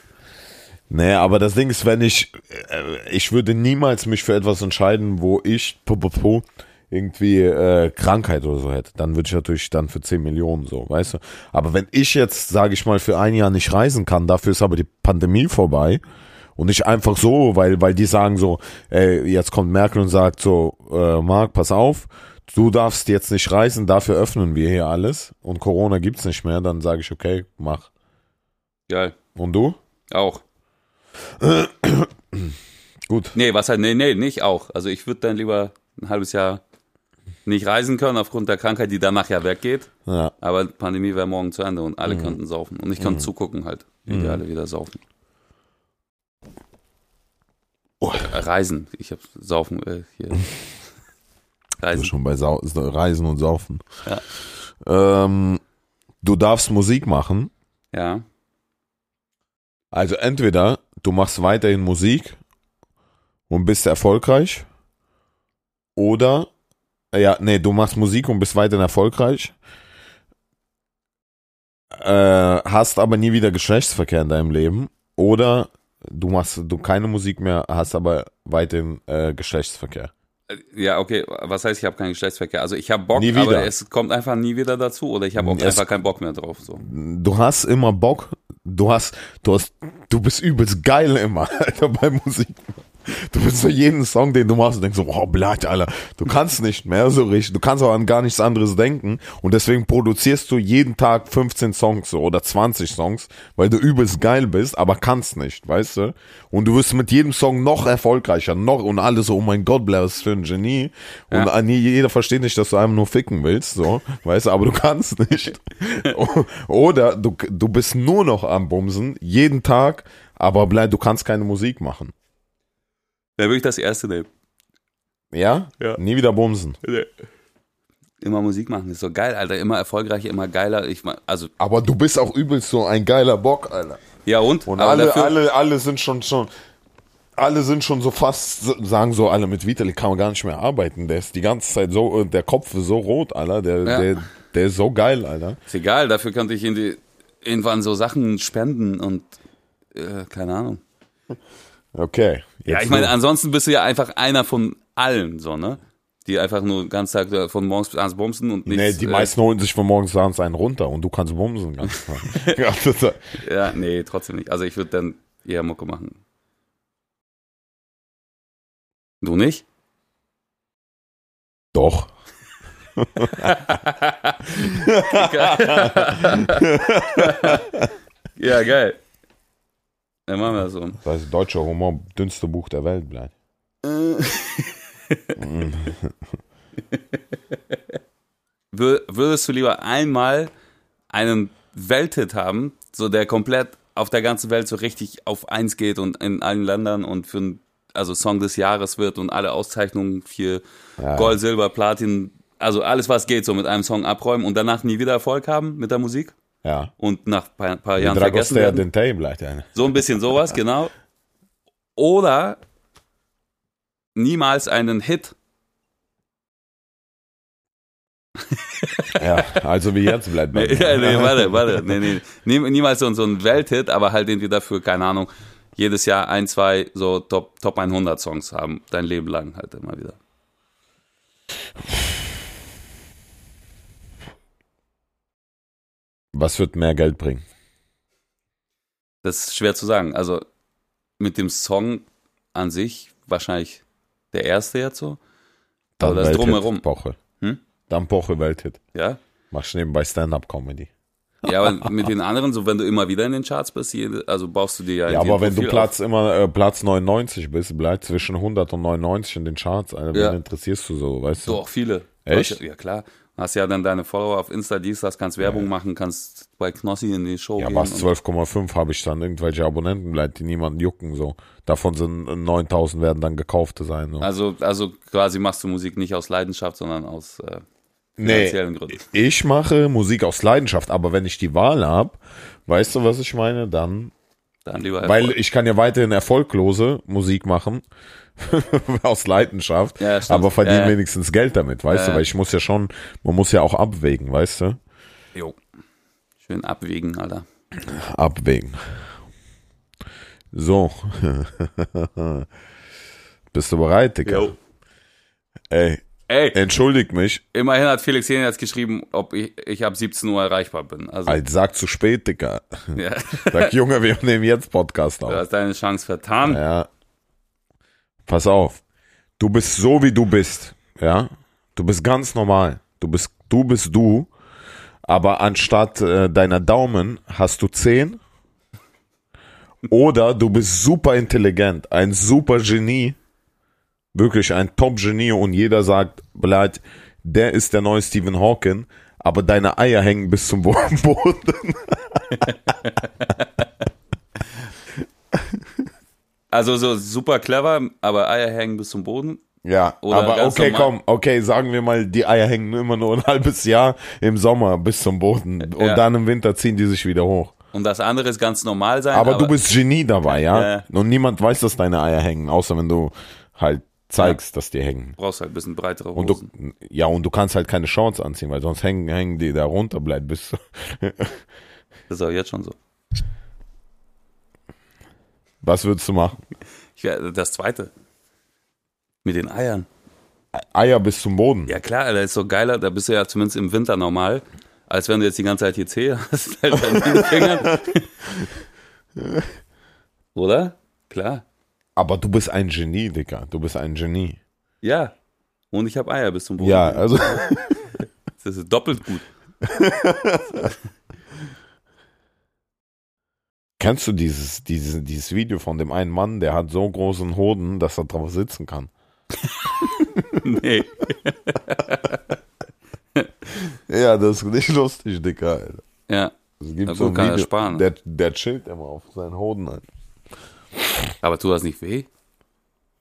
[SPEAKER 1] Naja, aber das Ding ist, wenn ich, äh, ich würde niemals mich für etwas entscheiden, wo ich pu- pu- pu, irgendwie äh, Krankheit oder so hätte. Dann würde ich natürlich dann für 10 Millionen so, weißt du. Aber wenn ich jetzt, sage ich mal, für ein Jahr nicht reisen kann, dafür ist aber die Pandemie vorbei und nicht einfach so, weil, weil die sagen so, ey, jetzt kommt Merkel und sagt so, äh, Marc, pass auf, du darfst jetzt nicht reisen, dafür öffnen wir hier alles und Corona gibt's nicht mehr, dann sage ich, okay, mach.
[SPEAKER 2] Geil.
[SPEAKER 1] Und du?
[SPEAKER 2] Auch.
[SPEAKER 1] Gut.
[SPEAKER 2] Nee, was halt, nee, nee, nicht auch. Also ich würde dann lieber ein halbes Jahr nicht reisen können aufgrund der Krankheit, die danach ja weggeht.
[SPEAKER 1] Ja.
[SPEAKER 2] Aber die Pandemie wäre morgen zu Ende und alle
[SPEAKER 1] Mhm.
[SPEAKER 2] könnten saufen. Und ich kann zugucken halt, wie die alle wieder saufen.
[SPEAKER 1] Oh.
[SPEAKER 2] Äh, Reisen. Ich habe saufen äh, hier.
[SPEAKER 1] Also
[SPEAKER 2] Reisen.
[SPEAKER 1] schon bei Sau Reisen und Saufen.
[SPEAKER 2] Ja.
[SPEAKER 1] Ähm, du darfst Musik machen.
[SPEAKER 2] Ja.
[SPEAKER 1] Also entweder du machst weiterhin Musik und bist erfolgreich. Oder, äh, ja, nee, du machst Musik und bist weiterhin erfolgreich. Äh, hast aber nie wieder Geschlechtsverkehr in deinem Leben. Oder du machst du keine Musik mehr, hast aber weiterhin äh, Geschlechtsverkehr.
[SPEAKER 2] Äh, Ja, okay. Was heißt, ich habe keinen Geschlechtsverkehr? Also ich habe Bock,
[SPEAKER 1] Nie
[SPEAKER 2] aber
[SPEAKER 1] wieder.
[SPEAKER 2] es kommt einfach nie wieder dazu oder ich habe auch
[SPEAKER 1] Es-
[SPEAKER 2] einfach keinen Bock mehr drauf. So.
[SPEAKER 1] du hast immer Bock, du hast, du hast, du bist übelst geil immer, Alter, bei Musik. Du bist für jeden Song, den du machst, du denkst so, oh, blöd, Alter, du kannst nicht mehr so richtig, du kannst auch an gar nichts anderes denken und deswegen produzierst du jeden Tag 15 Songs so oder 20 Songs, weil du übelst geil bist, aber kannst nicht, weißt du? Und du wirst mit jedem Song noch erfolgreicher, noch und alle so, oh mein Gott, Blair, was für ein Genie und
[SPEAKER 2] Ja.
[SPEAKER 1] an- jeder versteht nicht, dass du einem nur ficken willst, so, weißt du, aber du kannst nicht. O- Oder du, du bist nur noch am Bumsen, jeden Tag, aber bleib, du kannst keine Musik machen.
[SPEAKER 2] Dann würde ich das erste nehmen.
[SPEAKER 1] Ja?
[SPEAKER 2] Ja.
[SPEAKER 1] Nie wieder bumsen.
[SPEAKER 2] Immer Musik machen ist so geil, Alter. Immer erfolgreicher, immer geiler. Ich mein, also
[SPEAKER 1] Aber du bist auch übelst so ein geiler Bock, Alter.
[SPEAKER 2] ja und,
[SPEAKER 1] Und
[SPEAKER 2] Aber
[SPEAKER 1] alle,
[SPEAKER 2] dafür-
[SPEAKER 1] alle, alle sind schon, schon, alle sind schon so fast, sagen so alle, mit Vitali kann man gar nicht mehr arbeiten. Der ist die ganze Zeit so, äh, der Kopf ist so rot, Alter. Der,
[SPEAKER 2] Ja.
[SPEAKER 1] der, der ist so geil, Alter.
[SPEAKER 2] ist egal. Dafür könnte ich in die, irgendwann so Sachen spenden und äh, keine Ahnung.
[SPEAKER 1] Okay.
[SPEAKER 2] Ja, ich meine, ansonsten bist du ja einfach einer von allen, so, ne? Die einfach nur den ganzen Tag äh, von morgens bis abends bumsen und nichts. äh,
[SPEAKER 1] Nee, die meisten holen sich von morgens bis abends einen runter und du kannst bumsen. Ganz klar.
[SPEAKER 2] Äh, ja, nee, trotzdem nicht. Also ich würde dann eher Mucke machen. Du nicht?
[SPEAKER 1] Doch.
[SPEAKER 2] Ja, geil. Dann machen wir das so.
[SPEAKER 1] Das heißt, deutscher Humor, dünnste Buch der Welt bleibt.
[SPEAKER 2] Wür würdest du lieber einmal einen Welthit haben, so der komplett auf der ganzen Welt so richtig auf eins geht und in allen Ländern und für ein, also Song des Jahres wird und alle Auszeichnungen für Gold, Silber, Platin, also alles was geht so mit einem Song abräumen und danach nie wieder Erfolg haben mit der Musik
[SPEAKER 1] Ja.
[SPEAKER 2] und nach ein paar, paar
[SPEAKER 1] Die
[SPEAKER 2] Jahren
[SPEAKER 1] Dragoster
[SPEAKER 2] vergessen werden.
[SPEAKER 1] den Tay bleibt eine.
[SPEAKER 2] So ein bisschen sowas, genau. Oder niemals einen Hit.
[SPEAKER 1] Ja, also wie jetzt bleibt bei mir.
[SPEAKER 2] Ja, nee, warte, warte. Nee, nee. Nie, niemals so, so ein Welthit, aber halt irgendwie dafür, keine Ahnung, jedes Jahr ein, zwei so Top, Top 100 Songs haben. Dein Leben lang halt immer wieder.
[SPEAKER 1] Was wird mehr Geld bringen?
[SPEAKER 2] Das ist schwer zu sagen. Also mit dem Song an sich wahrscheinlich der erste jetzt so. Aber das
[SPEAKER 1] Welthit,
[SPEAKER 2] Drumherum.
[SPEAKER 1] Poche.
[SPEAKER 2] Hm?
[SPEAKER 1] Dann Poche Welthit.
[SPEAKER 2] Ja.
[SPEAKER 1] Machst nebenbei Stand-Up-Comedy.
[SPEAKER 2] Ja, aber mit den anderen, so wenn du immer wieder in den Charts bist, jede, also baust du dir ja
[SPEAKER 1] Ja,
[SPEAKER 2] irgendwie
[SPEAKER 1] aber
[SPEAKER 2] ein
[SPEAKER 1] wenn du
[SPEAKER 2] Profil
[SPEAKER 1] Platz immer äh, Platz 99 bist, bleib zwischen 100 und 99 in den Charts, Alter,
[SPEAKER 2] Ja.
[SPEAKER 1] wen interessierst du so, weißt du?
[SPEAKER 2] Doch, viele.
[SPEAKER 1] Echt?
[SPEAKER 2] Deutsche- Ja, klar. Du hast ja dann deine Follower auf Insta, dies, das, kannst Werbung machen, kannst bei Knossi in die Show
[SPEAKER 1] Ja,
[SPEAKER 2] gehen.
[SPEAKER 1] was
[SPEAKER 2] und-
[SPEAKER 1] 12,5 habe ich dann irgendwelche Abonnenten bleibt, die niemanden jucken so. Davon sind 9000 werden dann gekaufte sein. So.
[SPEAKER 2] also, also quasi machst du Musik nicht aus Leidenschaft, sondern aus äh,
[SPEAKER 1] nee,
[SPEAKER 2] finanziellen Gründen.
[SPEAKER 1] ich mache Musik aus Leidenschaft, aber wenn ich die Wahl habe, weißt du, was ich meine, dann
[SPEAKER 2] Dann lieber
[SPEAKER 1] weil ich kann ja weiterhin erfolglose Musik machen aus Leidenschaft,
[SPEAKER 2] Ja, stimmt.
[SPEAKER 1] aber verdiene
[SPEAKER 2] Ja, ja.
[SPEAKER 1] wenigstens Geld damit, weißt
[SPEAKER 2] Ja,
[SPEAKER 1] du,
[SPEAKER 2] ja.
[SPEAKER 1] weil ich muss ja schon, man muss ja auch abwägen, weißt du?
[SPEAKER 2] jo. Schön abwägen, Alter.
[SPEAKER 1] Abwägen. So. Bist du bereit, Digga? Ey,
[SPEAKER 2] Ey,
[SPEAKER 1] entschuldigt mich,
[SPEAKER 2] Äh, immerhin hat Felix Jen jetzt geschrieben, ob ich, ich ab 17 Uhr erreichbar bin. Also,
[SPEAKER 1] Alter, sag zu spät, Digga.
[SPEAKER 2] ja,
[SPEAKER 1] Sag, Junge, wir nehmen jetzt Podcast
[SPEAKER 2] du
[SPEAKER 1] auf.
[SPEAKER 2] hast deine Chance vertan.
[SPEAKER 1] Ja. Pass auf. Du bist so, wie du bist. Ja. Du bist ganz normal. Du bist, du bist du. Aber anstatt äh, deiner Daumen hast du zehn. Oder du bist super intelligent, ein super Genie, wirklich ein Top-Genie und jeder sagt, bleibt, der ist der neue Stephen Hawking, aber deine Eier hängen bis zum Boden.
[SPEAKER 2] Also so super clever, aber Eier hängen bis zum Boden.
[SPEAKER 1] Ja,
[SPEAKER 2] Oder
[SPEAKER 1] aber
[SPEAKER 2] ganz
[SPEAKER 1] okay,
[SPEAKER 2] normal.
[SPEAKER 1] komm, okay, sagen wir mal, die Eier hängen immer nur ein halbes Jahr im Sommer bis zum Boden und
[SPEAKER 2] Äh, Ja.
[SPEAKER 1] dann im Winter ziehen die sich wieder hoch.
[SPEAKER 2] Und das andere ist ganz normal sein.
[SPEAKER 1] Aber, du bist Genie dabei, ja?
[SPEAKER 2] Ja.
[SPEAKER 1] Und niemand weiß, dass deine Eier hängen, außer wenn du halt zeigst, dass die hängen.
[SPEAKER 2] brauchst halt ein bisschen breitere Hosen.
[SPEAKER 1] Und du, ja, und du kannst halt keine Shorts anziehen, weil sonst hängen, hängen die da runter, bleibt bis.
[SPEAKER 2] das ist auch jetzt schon so.
[SPEAKER 1] Was würdest du machen?
[SPEAKER 2] Ich, wär- das zweite. Mit den Eiern.
[SPEAKER 1] Eier bis zum Boden.
[SPEAKER 2] Ja klar, Alter, ist so geiler, da bist du ja zumindest im Winter normal, als wenn du jetzt die ganze Zeit hier Zehe hast, Alter, an den Fingern. Oder? Klar.
[SPEAKER 1] Aber du bist ein Genie, Digga. Du bist ein Genie.
[SPEAKER 2] Ja. Und ich habe Eier bis zum Boden.
[SPEAKER 1] Ja, also.
[SPEAKER 2] Das ist doppelt gut.
[SPEAKER 1] Kennst du dieses, dieses, dieses Video von dem einen Mann, der hat so großen Hoden, dass er drauf sitzen kann?
[SPEAKER 2] Nee.
[SPEAKER 1] Ja, das ist nicht lustig, Digga. Alter.
[SPEAKER 2] Ja.
[SPEAKER 1] Es
[SPEAKER 2] Na
[SPEAKER 1] gibt
[SPEAKER 2] gut, kann er sparen. ne?
[SPEAKER 1] der, der chillt immer auf seinen Hoden ein.
[SPEAKER 2] Aber tut das nicht weh?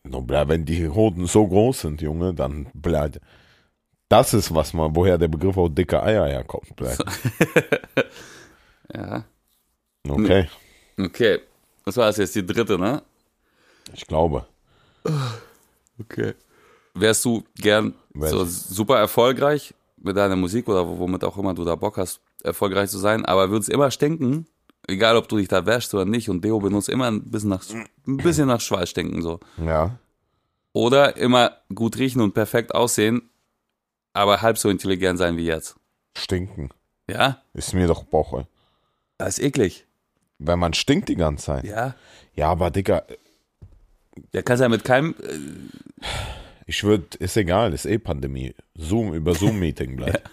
[SPEAKER 1] No, bla, wenn die Hoden so groß sind, Junge, dann bleibt. Das ist was mal, woher der Begriff auch dicke Eier herkommt. Bleibt.
[SPEAKER 2] Ja.
[SPEAKER 1] Okay,
[SPEAKER 2] Okay. Das war es jetzt, die dritte, ne?
[SPEAKER 1] ich glaube.
[SPEAKER 2] Okay. Wärst du gern
[SPEAKER 1] Weiß
[SPEAKER 2] so
[SPEAKER 1] ich.
[SPEAKER 2] super erfolgreich mit deiner Musik oder wo- womit auch immer du da Bock hast, erfolgreich zu sein, aber würdest immer stinken, egal ob du dich da wäschst oder nicht und Deo benutzt immer ein bisschen nach, ein bisschen nach Schweiß stinken so.
[SPEAKER 1] Ja.
[SPEAKER 2] Oder immer gut riechen und perfekt aussehen, aber halb so intelligent sein wie jetzt.
[SPEAKER 1] Stinken.
[SPEAKER 2] Ja?
[SPEAKER 1] Ist mir doch Boche.
[SPEAKER 2] Das ist eklig.
[SPEAKER 1] Wenn man stinkt die ganze Zeit. Ja,
[SPEAKER 2] Ja?
[SPEAKER 1] aber Digga,
[SPEAKER 2] Da kannst du ja mit keinem, äh,
[SPEAKER 1] ich würde, ist egal, ist eh Pandemie. Zoom über Zoom-Meeting bleibt.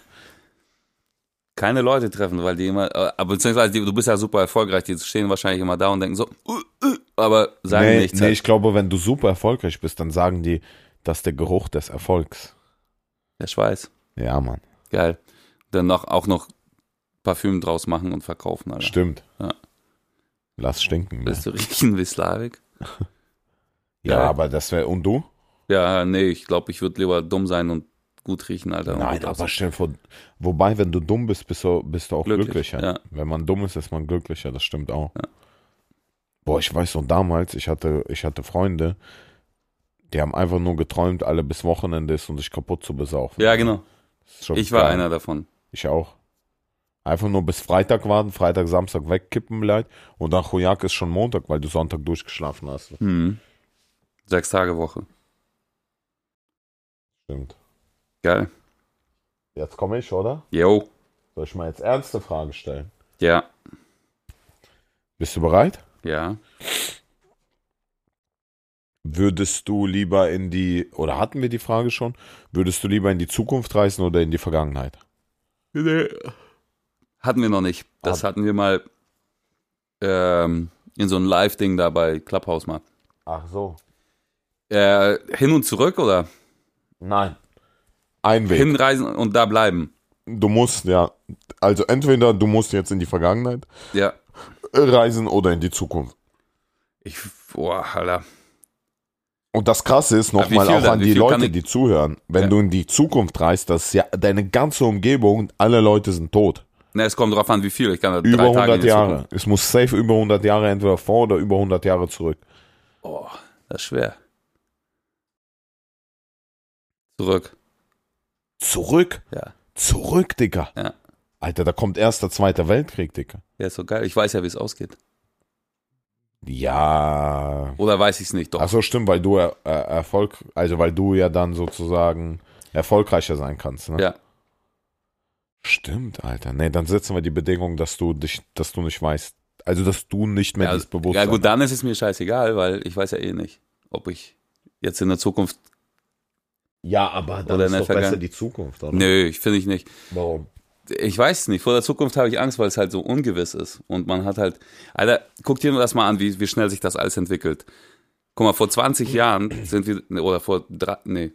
[SPEAKER 2] keine Leute treffen, weil die immer, äh, aber beziehungsweise die, du bist ja super erfolgreich, die stehen wahrscheinlich immer da und denken so, uh, uh, aber sagen
[SPEAKER 1] nee,
[SPEAKER 2] nichts. halt.
[SPEAKER 1] nee, ich glaube, wenn du super erfolgreich bist, dann sagen die, das ist der Geruch des Erfolgs.
[SPEAKER 2] Der Schweiß.
[SPEAKER 1] Ja, Mann.
[SPEAKER 2] Geil. Dann noch, auch noch Parfüm draus machen und verkaufen. Alter.
[SPEAKER 1] Stimmt.
[SPEAKER 2] Ja.
[SPEAKER 1] Lass stinken. Ne?
[SPEAKER 2] Willst du riechen wie Slavik?
[SPEAKER 1] Ja,
[SPEAKER 2] geil.
[SPEAKER 1] aber das wäre. Und du?
[SPEAKER 2] Ja, nee, ich glaube, ich würde lieber dumm sein und gut riechen, Alter. und
[SPEAKER 1] Nein,
[SPEAKER 2] gut
[SPEAKER 1] aber
[SPEAKER 2] aussehen.
[SPEAKER 1] stell dir vor. Wobei, wenn du dumm bist, bist du, bist du auch
[SPEAKER 2] Glücklich,
[SPEAKER 1] glücklicher.
[SPEAKER 2] ja.
[SPEAKER 1] Wenn man dumm ist, ist man glücklicher, das stimmt auch. Boah, ich weiß noch damals, ich hatte, ich hatte Freunde, die haben einfach nur geträumt, alle bis Wochenende ist und sich kaputt zu besaufen.
[SPEAKER 2] Ja, genau.
[SPEAKER 1] Das ist schon
[SPEAKER 2] Ich war
[SPEAKER 1] geil.
[SPEAKER 2] einer davon.
[SPEAKER 1] Ich auch. Einfach nur bis Freitag warten, Freitag, Samstag wegkippen bleibt und dann Chojak ist schon Montag, weil du Sonntag durchgeschlafen hast.
[SPEAKER 2] Mhm. Sechs Tage Woche.
[SPEAKER 1] Stimmt.
[SPEAKER 2] Geil.
[SPEAKER 1] Jetzt komme ich, oder?
[SPEAKER 2] Yo.
[SPEAKER 1] Soll ich mal jetzt ernste Frage stellen?
[SPEAKER 2] Ja.
[SPEAKER 1] Bist du bereit?
[SPEAKER 2] Ja.
[SPEAKER 1] Würdest du lieber in die, oder hatten wir die Frage schon, würdest du lieber in die Zukunft reisen oder in die Vergangenheit?
[SPEAKER 2] Hatten wir noch nicht. Das hatten wir mal ähm, in so einem Live-Ding da bei Clubhouse mal.
[SPEAKER 1] Ach so.
[SPEAKER 2] Äh, hin und zurück oder?
[SPEAKER 1] Nein. Ein Weg.
[SPEAKER 2] Hinreisen und da bleiben.
[SPEAKER 1] Du musst, ja. Also entweder du musst jetzt in die Vergangenheit
[SPEAKER 2] Ja.
[SPEAKER 1] äh, reisen oder in die Zukunft.
[SPEAKER 2] Ich, boah, Alter.
[SPEAKER 1] Und das Krasse ist
[SPEAKER 2] wie
[SPEAKER 1] nochmal
[SPEAKER 2] viel
[SPEAKER 1] auch
[SPEAKER 2] dann?
[SPEAKER 1] an
[SPEAKER 2] Wie
[SPEAKER 1] die
[SPEAKER 2] viel kann
[SPEAKER 1] Leute,
[SPEAKER 2] ich-
[SPEAKER 1] die zuhören. Wenn
[SPEAKER 2] Ja.
[SPEAKER 1] du in die Zukunft reist, das ist ja deine ganze Umgebung und alle Leute sind tot.
[SPEAKER 2] Na, es kommt drauf an, wie viel. Ich kann da
[SPEAKER 1] Über
[SPEAKER 2] drei Tage in
[SPEAKER 1] 100
[SPEAKER 2] die
[SPEAKER 1] Jahre.
[SPEAKER 2] Zukunft.
[SPEAKER 1] Es muss safe über 100 Jahre entweder vor oder über 100 Jahre zurück.
[SPEAKER 2] Oh, das ist schwer. Zurück.
[SPEAKER 1] Zurück?
[SPEAKER 2] Ja.
[SPEAKER 1] Zurück, Digga.
[SPEAKER 2] Ja.
[SPEAKER 1] Alter, da kommt erster, zweiter Weltkrieg, Digga.
[SPEAKER 2] Ja, ist so geil. Ich weiß ja, wie es ausgeht.
[SPEAKER 1] Ja.
[SPEAKER 2] Oder weiß ich es nicht? Doch.
[SPEAKER 1] Achso, stimmt, weil du er, er, Erfolg, also weil du ja dann sozusagen erfolgreicher sein kannst, ne?
[SPEAKER 2] Ja.
[SPEAKER 1] Stimmt, Alter. Nee, dann setzen wir die Bedingung, dass du dich, dass du nicht weißt. Also dass du nicht mehr
[SPEAKER 2] ja,
[SPEAKER 1] dieses Bewusstsein
[SPEAKER 2] ja, gut, dann ist es mir scheißegal, weil ich weiß ja eh nicht, ob ich jetzt in der Zukunft.
[SPEAKER 1] Ja, aber
[SPEAKER 2] Oder in der Vergangen-
[SPEAKER 1] die Zukunft, oder?
[SPEAKER 2] Nö, ich finde ich nicht.
[SPEAKER 1] Warum?
[SPEAKER 2] ich weiß nicht, vor der Zukunft habe ich Angst, weil es halt so ungewiss ist. Und man hat halt, Alter, guck dir nur das mal an, wie, wie schnell sich das alles entwickelt. Guck mal, vor 20 Jahren sind wir, ne, oder vor drei, nee,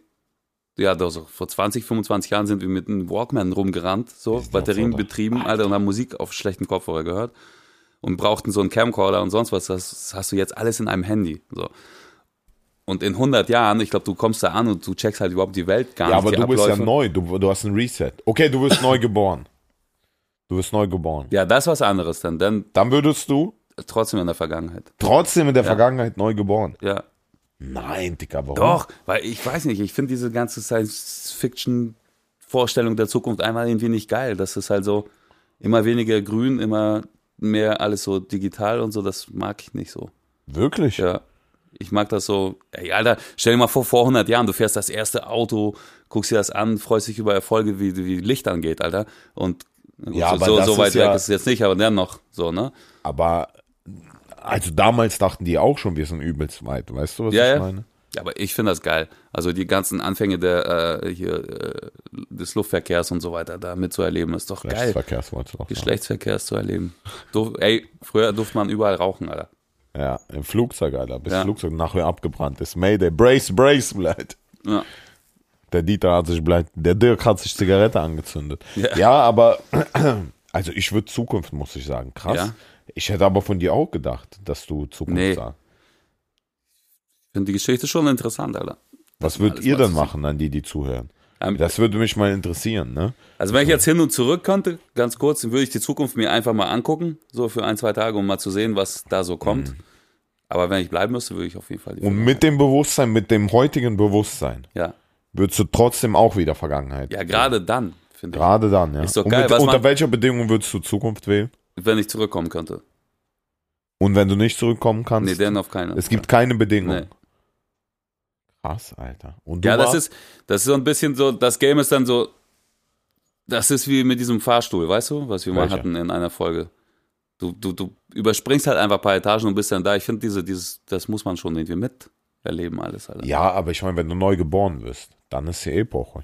[SPEAKER 2] ja doch, so, vor 20, 25 Jahren sind wir mit einem Walkman rumgerannt, so, Batterien betrieben, Alter, und haben Musik auf schlechten Kopfhörer gehört und brauchten so einen Camcorder und sonst was. Das hast du jetzt alles in einem Handy, so. Und in 100 Jahren, ich glaube, du kommst da an und du checkst halt überhaupt die Welt gar
[SPEAKER 1] Ja,
[SPEAKER 2] nicht.
[SPEAKER 1] aber
[SPEAKER 2] die
[SPEAKER 1] du bist ja
[SPEAKER 2] Abläufe.
[SPEAKER 1] neu, du, du hast ein Reset. Okay, du wirst neu geboren. Du wirst neu geboren.
[SPEAKER 2] Ja, das ist was anderes dann. Dann
[SPEAKER 1] Dann würdest du
[SPEAKER 2] trotzdem in der Vergangenheit.
[SPEAKER 1] trotzdem in der Vergangenheit neu geboren.
[SPEAKER 2] Ja.
[SPEAKER 1] Nein, Dicker, warum?
[SPEAKER 2] Doch, weil ich weiß nicht, ich finde diese ganze Science-Fiction-Vorstellung der Zukunft einmal irgendwie nicht geil. Das ist halt so immer weniger grün, immer mehr alles so digital und so, das mag ich nicht so.
[SPEAKER 1] Wirklich?
[SPEAKER 2] Ja. Ich mag das so, ey, Alter, stell dir mal vor, vor 100 Jahren, du fährst das erste Auto, guckst dir das an, freust dich über Erfolge, wie, wie Licht angeht, Alter. Und gut,
[SPEAKER 1] Ja, aber
[SPEAKER 2] so,
[SPEAKER 1] das
[SPEAKER 2] so
[SPEAKER 1] ist
[SPEAKER 2] weit
[SPEAKER 1] ja-
[SPEAKER 2] weg ist es jetzt nicht, aber dennoch, so, ne?
[SPEAKER 1] Aber also damals dachten die auch schon, wir sind übelst weit. Weißt du, was
[SPEAKER 2] Ja,
[SPEAKER 1] ich
[SPEAKER 2] ja.
[SPEAKER 1] meine?
[SPEAKER 2] Ja, aber ich finde das geil. Also die ganzen Anfänge der, äh, hier, äh, des Luftverkehrs und so weiter da mitzuerleben, ist doch geil.
[SPEAKER 1] Rechtsverkehrswort. noch.
[SPEAKER 2] Geschlechtsverkehrs zu erleben. Du, ey, früher durfte man überall rauchen, Alter.
[SPEAKER 1] Ja, im Flugzeug, Alter. Bis
[SPEAKER 2] Ja.
[SPEAKER 1] das Flugzeug nachher abgebrannt ist. Mayday, brace, brace, bleibt.
[SPEAKER 2] Ja.
[SPEAKER 1] Der Dieter hat sich bleibt, der Dirk hat sich Zigarette angezündet. Ja,
[SPEAKER 2] Ja.
[SPEAKER 1] aber also ich würde Zukunft, muss ich sagen, krass.
[SPEAKER 2] Ja.
[SPEAKER 1] Ich hätte aber von dir auch gedacht, dass du Zukunft
[SPEAKER 2] Nee.
[SPEAKER 1] sagst.
[SPEAKER 2] Ich finde die Geschichte schon interessant, Alter.
[SPEAKER 1] Was
[SPEAKER 2] ist
[SPEAKER 1] würdet
[SPEAKER 2] alles
[SPEAKER 1] ihr
[SPEAKER 2] was
[SPEAKER 1] dann
[SPEAKER 2] zu
[SPEAKER 1] machen, an die, die zuhören?
[SPEAKER 2] Ähm,
[SPEAKER 1] Das würde mich mal interessieren, ne?
[SPEAKER 2] Also wenn ich jetzt hin und zurück könnte, ganz kurz, dann würde ich die Zukunft mir einfach mal angucken, so für ein, zwei Tage, um mal zu sehen, was da so kommt. Aber wenn ich bleiben müsste, würde ich auf jeden Fall die
[SPEAKER 1] Mhm. Und mit dem Bewusstsein, mit dem heutigen Bewusstsein,
[SPEAKER 2] Ja,
[SPEAKER 1] würdest du trotzdem auch wieder Vergangenheit.
[SPEAKER 2] ja gerade dann, finde ich,
[SPEAKER 1] Gerade dann, ja.
[SPEAKER 2] Ist doch
[SPEAKER 1] Und
[SPEAKER 2] geil,
[SPEAKER 1] mit,
[SPEAKER 2] was
[SPEAKER 1] unter
[SPEAKER 2] man-
[SPEAKER 1] welcher Bedingung würdest du Zukunft wählen?
[SPEAKER 2] wenn ich zurückkommen könnte.
[SPEAKER 1] Und wenn du nicht zurückkommen kannst?
[SPEAKER 2] Nee, dann auf keinen.
[SPEAKER 1] es gibt keine Bedingung.
[SPEAKER 2] Nee.
[SPEAKER 1] Krass, Alter. Und du
[SPEAKER 2] Ja, das
[SPEAKER 1] warst-
[SPEAKER 2] ist, das ist so ein bisschen so, das Game ist dann so, das ist wie mit diesem Fahrstuhl, weißt du, was wir mal
[SPEAKER 1] Welcher?
[SPEAKER 2] hatten in einer Folge. Du, du, du überspringst halt einfach ein paar Etagen und bist dann da. Ich finde, diese, dieses, das muss man schon irgendwie miterleben, alles, Alter. Ja,
[SPEAKER 1] Ja, aber ich meine, wenn du neu geboren wirst, dann ist ja Epoche.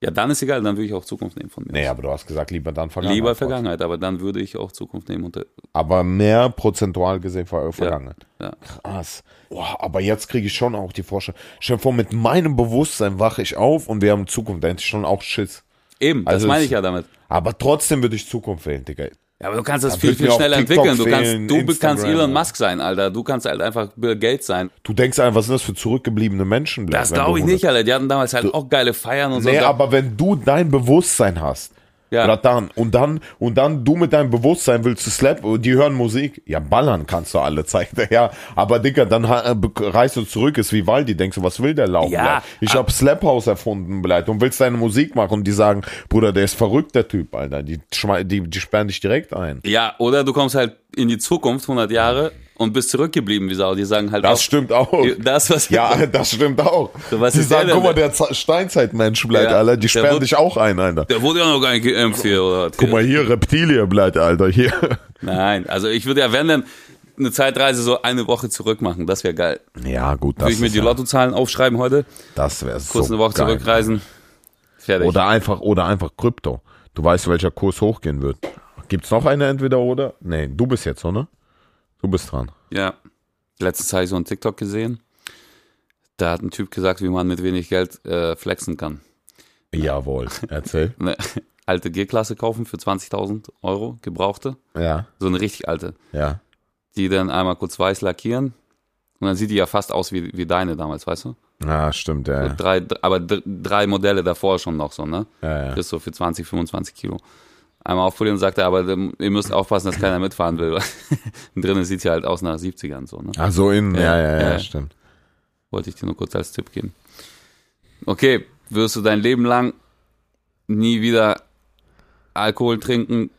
[SPEAKER 2] dann ist egal, dann würde ich auch Zukunft nehmen von mir.
[SPEAKER 1] Nee,
[SPEAKER 2] aus.
[SPEAKER 1] aber du hast gesagt, lieber dann Vergangenheit.
[SPEAKER 2] Lieber Vergangenheit, aber dann würde ich auch Zukunft nehmen. Und, äh,
[SPEAKER 1] Aber mehr prozentual gesehen Ver Vergangenheit.
[SPEAKER 2] ja.
[SPEAKER 1] Krass. Boah, aber jetzt kriege ich schon auch die Vorstellung. Stell dir vor, mit meinem Bewusstsein wache ich auf und wir haben Zukunft. Da hätte ich schon auch Schiss.
[SPEAKER 2] Eben, das
[SPEAKER 1] Also
[SPEAKER 2] meine
[SPEAKER 1] es-
[SPEAKER 2] ich ja damit.
[SPEAKER 1] Aber trotzdem würde ich Zukunft wählen, Digga.
[SPEAKER 2] Ja, aber du kannst das
[SPEAKER 1] Da
[SPEAKER 2] viel,
[SPEAKER 1] wird
[SPEAKER 2] viel
[SPEAKER 1] mir auf
[SPEAKER 2] schneller
[SPEAKER 1] TikTok
[SPEAKER 2] entwickeln. Du
[SPEAKER 1] fehlen,
[SPEAKER 2] kannst, du
[SPEAKER 1] Instagram,
[SPEAKER 2] kannst Elon
[SPEAKER 1] Alter.
[SPEAKER 2] Musk sein, Alter. Du kannst halt einfach Bill Gates sein.
[SPEAKER 1] Du denkst einfach, was sind das für zurückgebliebene Menschen? Black,
[SPEAKER 2] Das
[SPEAKER 1] wenn du
[SPEAKER 2] glaube ich
[SPEAKER 1] 100
[SPEAKER 2] nicht, Alter. Die hatten damals halt auch geile Feiern und so.
[SPEAKER 1] Nee,
[SPEAKER 2] Da-
[SPEAKER 1] aber wenn du dein Bewusstsein hast,
[SPEAKER 2] Ja.
[SPEAKER 1] oder dann, und dann, und dann du mit deinem Bewusstsein willst du Slap und die hören Musik, ja, ballern kannst du alle Zeiten, ja, aber Dicker, dann ha- äh, be- reist du zurück, ist wie Waldi, denkst du, was will der Laufen?
[SPEAKER 2] Ja.
[SPEAKER 1] bleibt? Ich hab Slap House erfunden, bleibt, und willst deine Musik machen und die sagen, Bruder, der ist verrückt, der Typ, Alter, die, schmei- die, die sperren dich direkt ein.
[SPEAKER 2] Ja, oder du kommst halt in die Zukunft 100 Jahre und bist zurückgeblieben wie Sau. Die sagen halt
[SPEAKER 1] Das
[SPEAKER 2] auch,
[SPEAKER 1] stimmt auch.
[SPEAKER 2] das was
[SPEAKER 1] Ja, das stimmt auch.
[SPEAKER 2] So, was
[SPEAKER 1] die
[SPEAKER 2] ist der
[SPEAKER 1] sagen,
[SPEAKER 2] denn
[SPEAKER 1] guck mal,
[SPEAKER 2] da?
[SPEAKER 1] der Z- Steinzeitmensch bleibt,
[SPEAKER 2] Ja,
[SPEAKER 1] Alter, die
[SPEAKER 2] der
[SPEAKER 1] sperren
[SPEAKER 2] wird-
[SPEAKER 1] dich auch ein, Alter.
[SPEAKER 2] der wurde ja noch gar nicht geimpft hier oder was.
[SPEAKER 1] Guck mal hier, Reptilie bleibt, Alter, hier.
[SPEAKER 2] Nein, also ich würde ja wenn dann eine Zeitreise so eine Woche zurück machen, das wäre geil.
[SPEAKER 1] Ja, gut, das
[SPEAKER 2] Würde ich mir
[SPEAKER 1] ist
[SPEAKER 2] die
[SPEAKER 1] ja,
[SPEAKER 2] Lottozahlen aufschreiben heute,
[SPEAKER 1] Das wäre so
[SPEAKER 2] kurz eine Woche
[SPEAKER 1] geil.
[SPEAKER 2] zurückreisen. Fertig.
[SPEAKER 1] Oder einfach, oder einfach Krypto. Du weißt, welcher Kurs hochgehen wird. Gibt's noch eine entweder oder? Nee, du bist jetzt, oder? Du bist dran.
[SPEAKER 2] Ja. Letztens habe ich so einen TikTok gesehen. Da hat ein Typ gesagt, wie man mit wenig Geld äh, flexen kann.
[SPEAKER 1] Jawohl, erzähl.
[SPEAKER 2] Eine alte G-Klasse kaufen für 20.000 Euro, gebrauchte.
[SPEAKER 1] ja,
[SPEAKER 2] So eine richtig alte.
[SPEAKER 1] ja.
[SPEAKER 2] die dann einmal kurz weiß lackieren. Und dann sieht die ja fast aus wie, wie deine damals, weißt du?
[SPEAKER 1] Ja, Ah, stimmt, ja. ja.
[SPEAKER 2] Drei, aber dr- drei Modelle davor schon noch so, ne?
[SPEAKER 1] ja, ja.
[SPEAKER 2] Bis so für 20, 25 Kilo. Einmal aufpolieren und sagt er, aber ähm, ihr müsst aufpassen, dass keiner mitfahren will. weil Drinnen sieht sie halt aus nach 70ern so, ne?
[SPEAKER 1] Ach so, innen, ja, ja, ja,
[SPEAKER 2] ja, ja.
[SPEAKER 1] stimmt.
[SPEAKER 2] Wollte ich dir nur kurz als Tipp geben. Okay, wirst du dein Leben lang nie wieder Alkohol trinken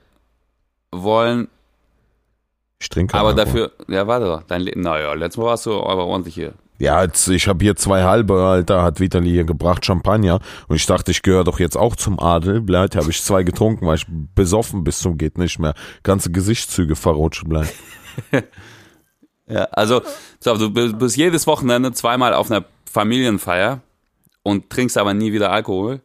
[SPEAKER 2] wollen,
[SPEAKER 1] Ich trinke halt
[SPEAKER 2] aber
[SPEAKER 1] Alkohol.
[SPEAKER 2] dafür, ja, warte doch, dein Leben, naja, letztes Mal warst du aber ordentlich hier.
[SPEAKER 1] Ja, jetzt, ich habe hier zwei halbe, Alter, hat Vitali hier gebracht, Champagner. Und ich dachte, ich gehöre doch jetzt auch zum Adel. Bleibt, habe ich zwei getrunken, weil ich besoffen bis zum geht nicht mehr. Ganze Gesichtszüge verrutscht bleiben.
[SPEAKER 2] Ja, also, pass auf, du bi- bist jedes Wochenende
[SPEAKER 1] Mhm.
[SPEAKER 2] zweimal auf einer Familienfeier und trinkst aber nie wieder Alkohol.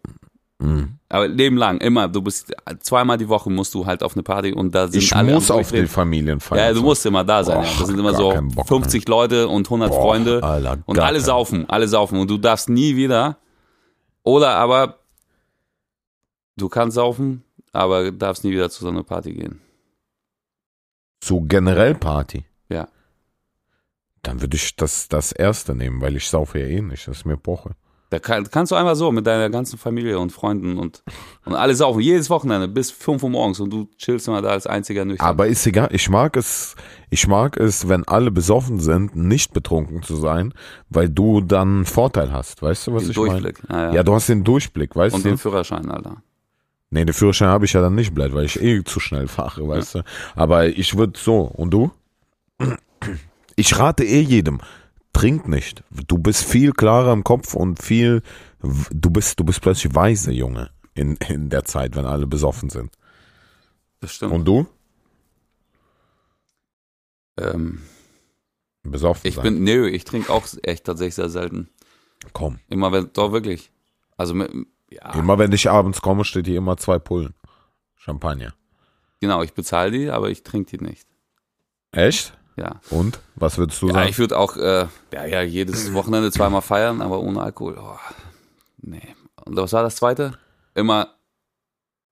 [SPEAKER 2] Aber Leben lang, immer. Du bist zweimal die Woche musst du halt auf eine Party und da sind
[SPEAKER 1] Ich
[SPEAKER 2] alle am
[SPEAKER 1] muss auf
[SPEAKER 2] Durchdrehen.
[SPEAKER 1] die Familienfeier.
[SPEAKER 2] Ja, du musst immer da sein.
[SPEAKER 1] Och,
[SPEAKER 2] ja. Das sind immer
[SPEAKER 1] gar
[SPEAKER 2] so
[SPEAKER 1] keinen Bock, ne.
[SPEAKER 2] 50 Leute und 100
[SPEAKER 1] Boah,
[SPEAKER 2] Freunde
[SPEAKER 1] Alter,
[SPEAKER 2] und
[SPEAKER 1] gar
[SPEAKER 2] alle
[SPEAKER 1] keinen
[SPEAKER 2] saufen, alle saufen und du darfst nie wieder oder aber du kannst saufen, aber darfst nie wieder zu so einer Party gehen.
[SPEAKER 1] Zu generell Party.
[SPEAKER 2] Ja.
[SPEAKER 1] Dann würde ich das, das erste nehmen, weil ich saufe ja eh nicht. Das ist mir Poche.
[SPEAKER 2] Da kann, kannst du einmal so mit deiner ganzen Familie und Freunden und, und alle saufen, jedes Wochenende bis 5 Uhr morgens und du chillst immer da als einziger nüchtern.
[SPEAKER 1] Aber ist egal. Ich mag es, ich mag es, wenn alle besoffen sind, nicht betrunken zu sein, weil du dann einen Vorteil hast. Weißt du, was
[SPEAKER 2] Den
[SPEAKER 1] ich meine?
[SPEAKER 2] Durchblick, ah ja, ja.
[SPEAKER 1] Ja, du hast den Durchblick, weißt
[SPEAKER 2] und
[SPEAKER 1] du?
[SPEAKER 2] den Führerschein, Alter.
[SPEAKER 1] Nee, den Führerschein habe ich ja dann nicht bleibt, weil ich eh zu schnell fahre, weißt du. Aber ich würde so. Und du? Ich rate eh jedem. Trink nicht. Du bist viel klarer im Kopf und viel. Du bist, du bist plötzlich weise, Junge. In, in der Zeit, wenn alle besoffen sind.
[SPEAKER 2] Das stimmt.
[SPEAKER 1] Und du?
[SPEAKER 2] ähm,
[SPEAKER 1] Besoffen
[SPEAKER 2] ich
[SPEAKER 1] sein.
[SPEAKER 2] bin, nö, ich trinke auch echt tatsächlich sehr selten.
[SPEAKER 1] Komm.
[SPEAKER 2] Immer wenn, doch wirklich. Also, mit, ja.
[SPEAKER 1] Immer wenn ich abends komme, steht hier immer zwei Pullen. Champagner.
[SPEAKER 2] Genau, ich bezahle die, aber ich trinke die nicht.
[SPEAKER 1] Echt?
[SPEAKER 2] Ja.
[SPEAKER 1] Und? Was würdest du
[SPEAKER 2] ja
[SPEAKER 1] sagen?
[SPEAKER 2] ich würde auch äh, ja, ja, jedes Wochenende zweimal feiern, aber ohne Alkohol. Oh, nee. Und was war das zweite? Immer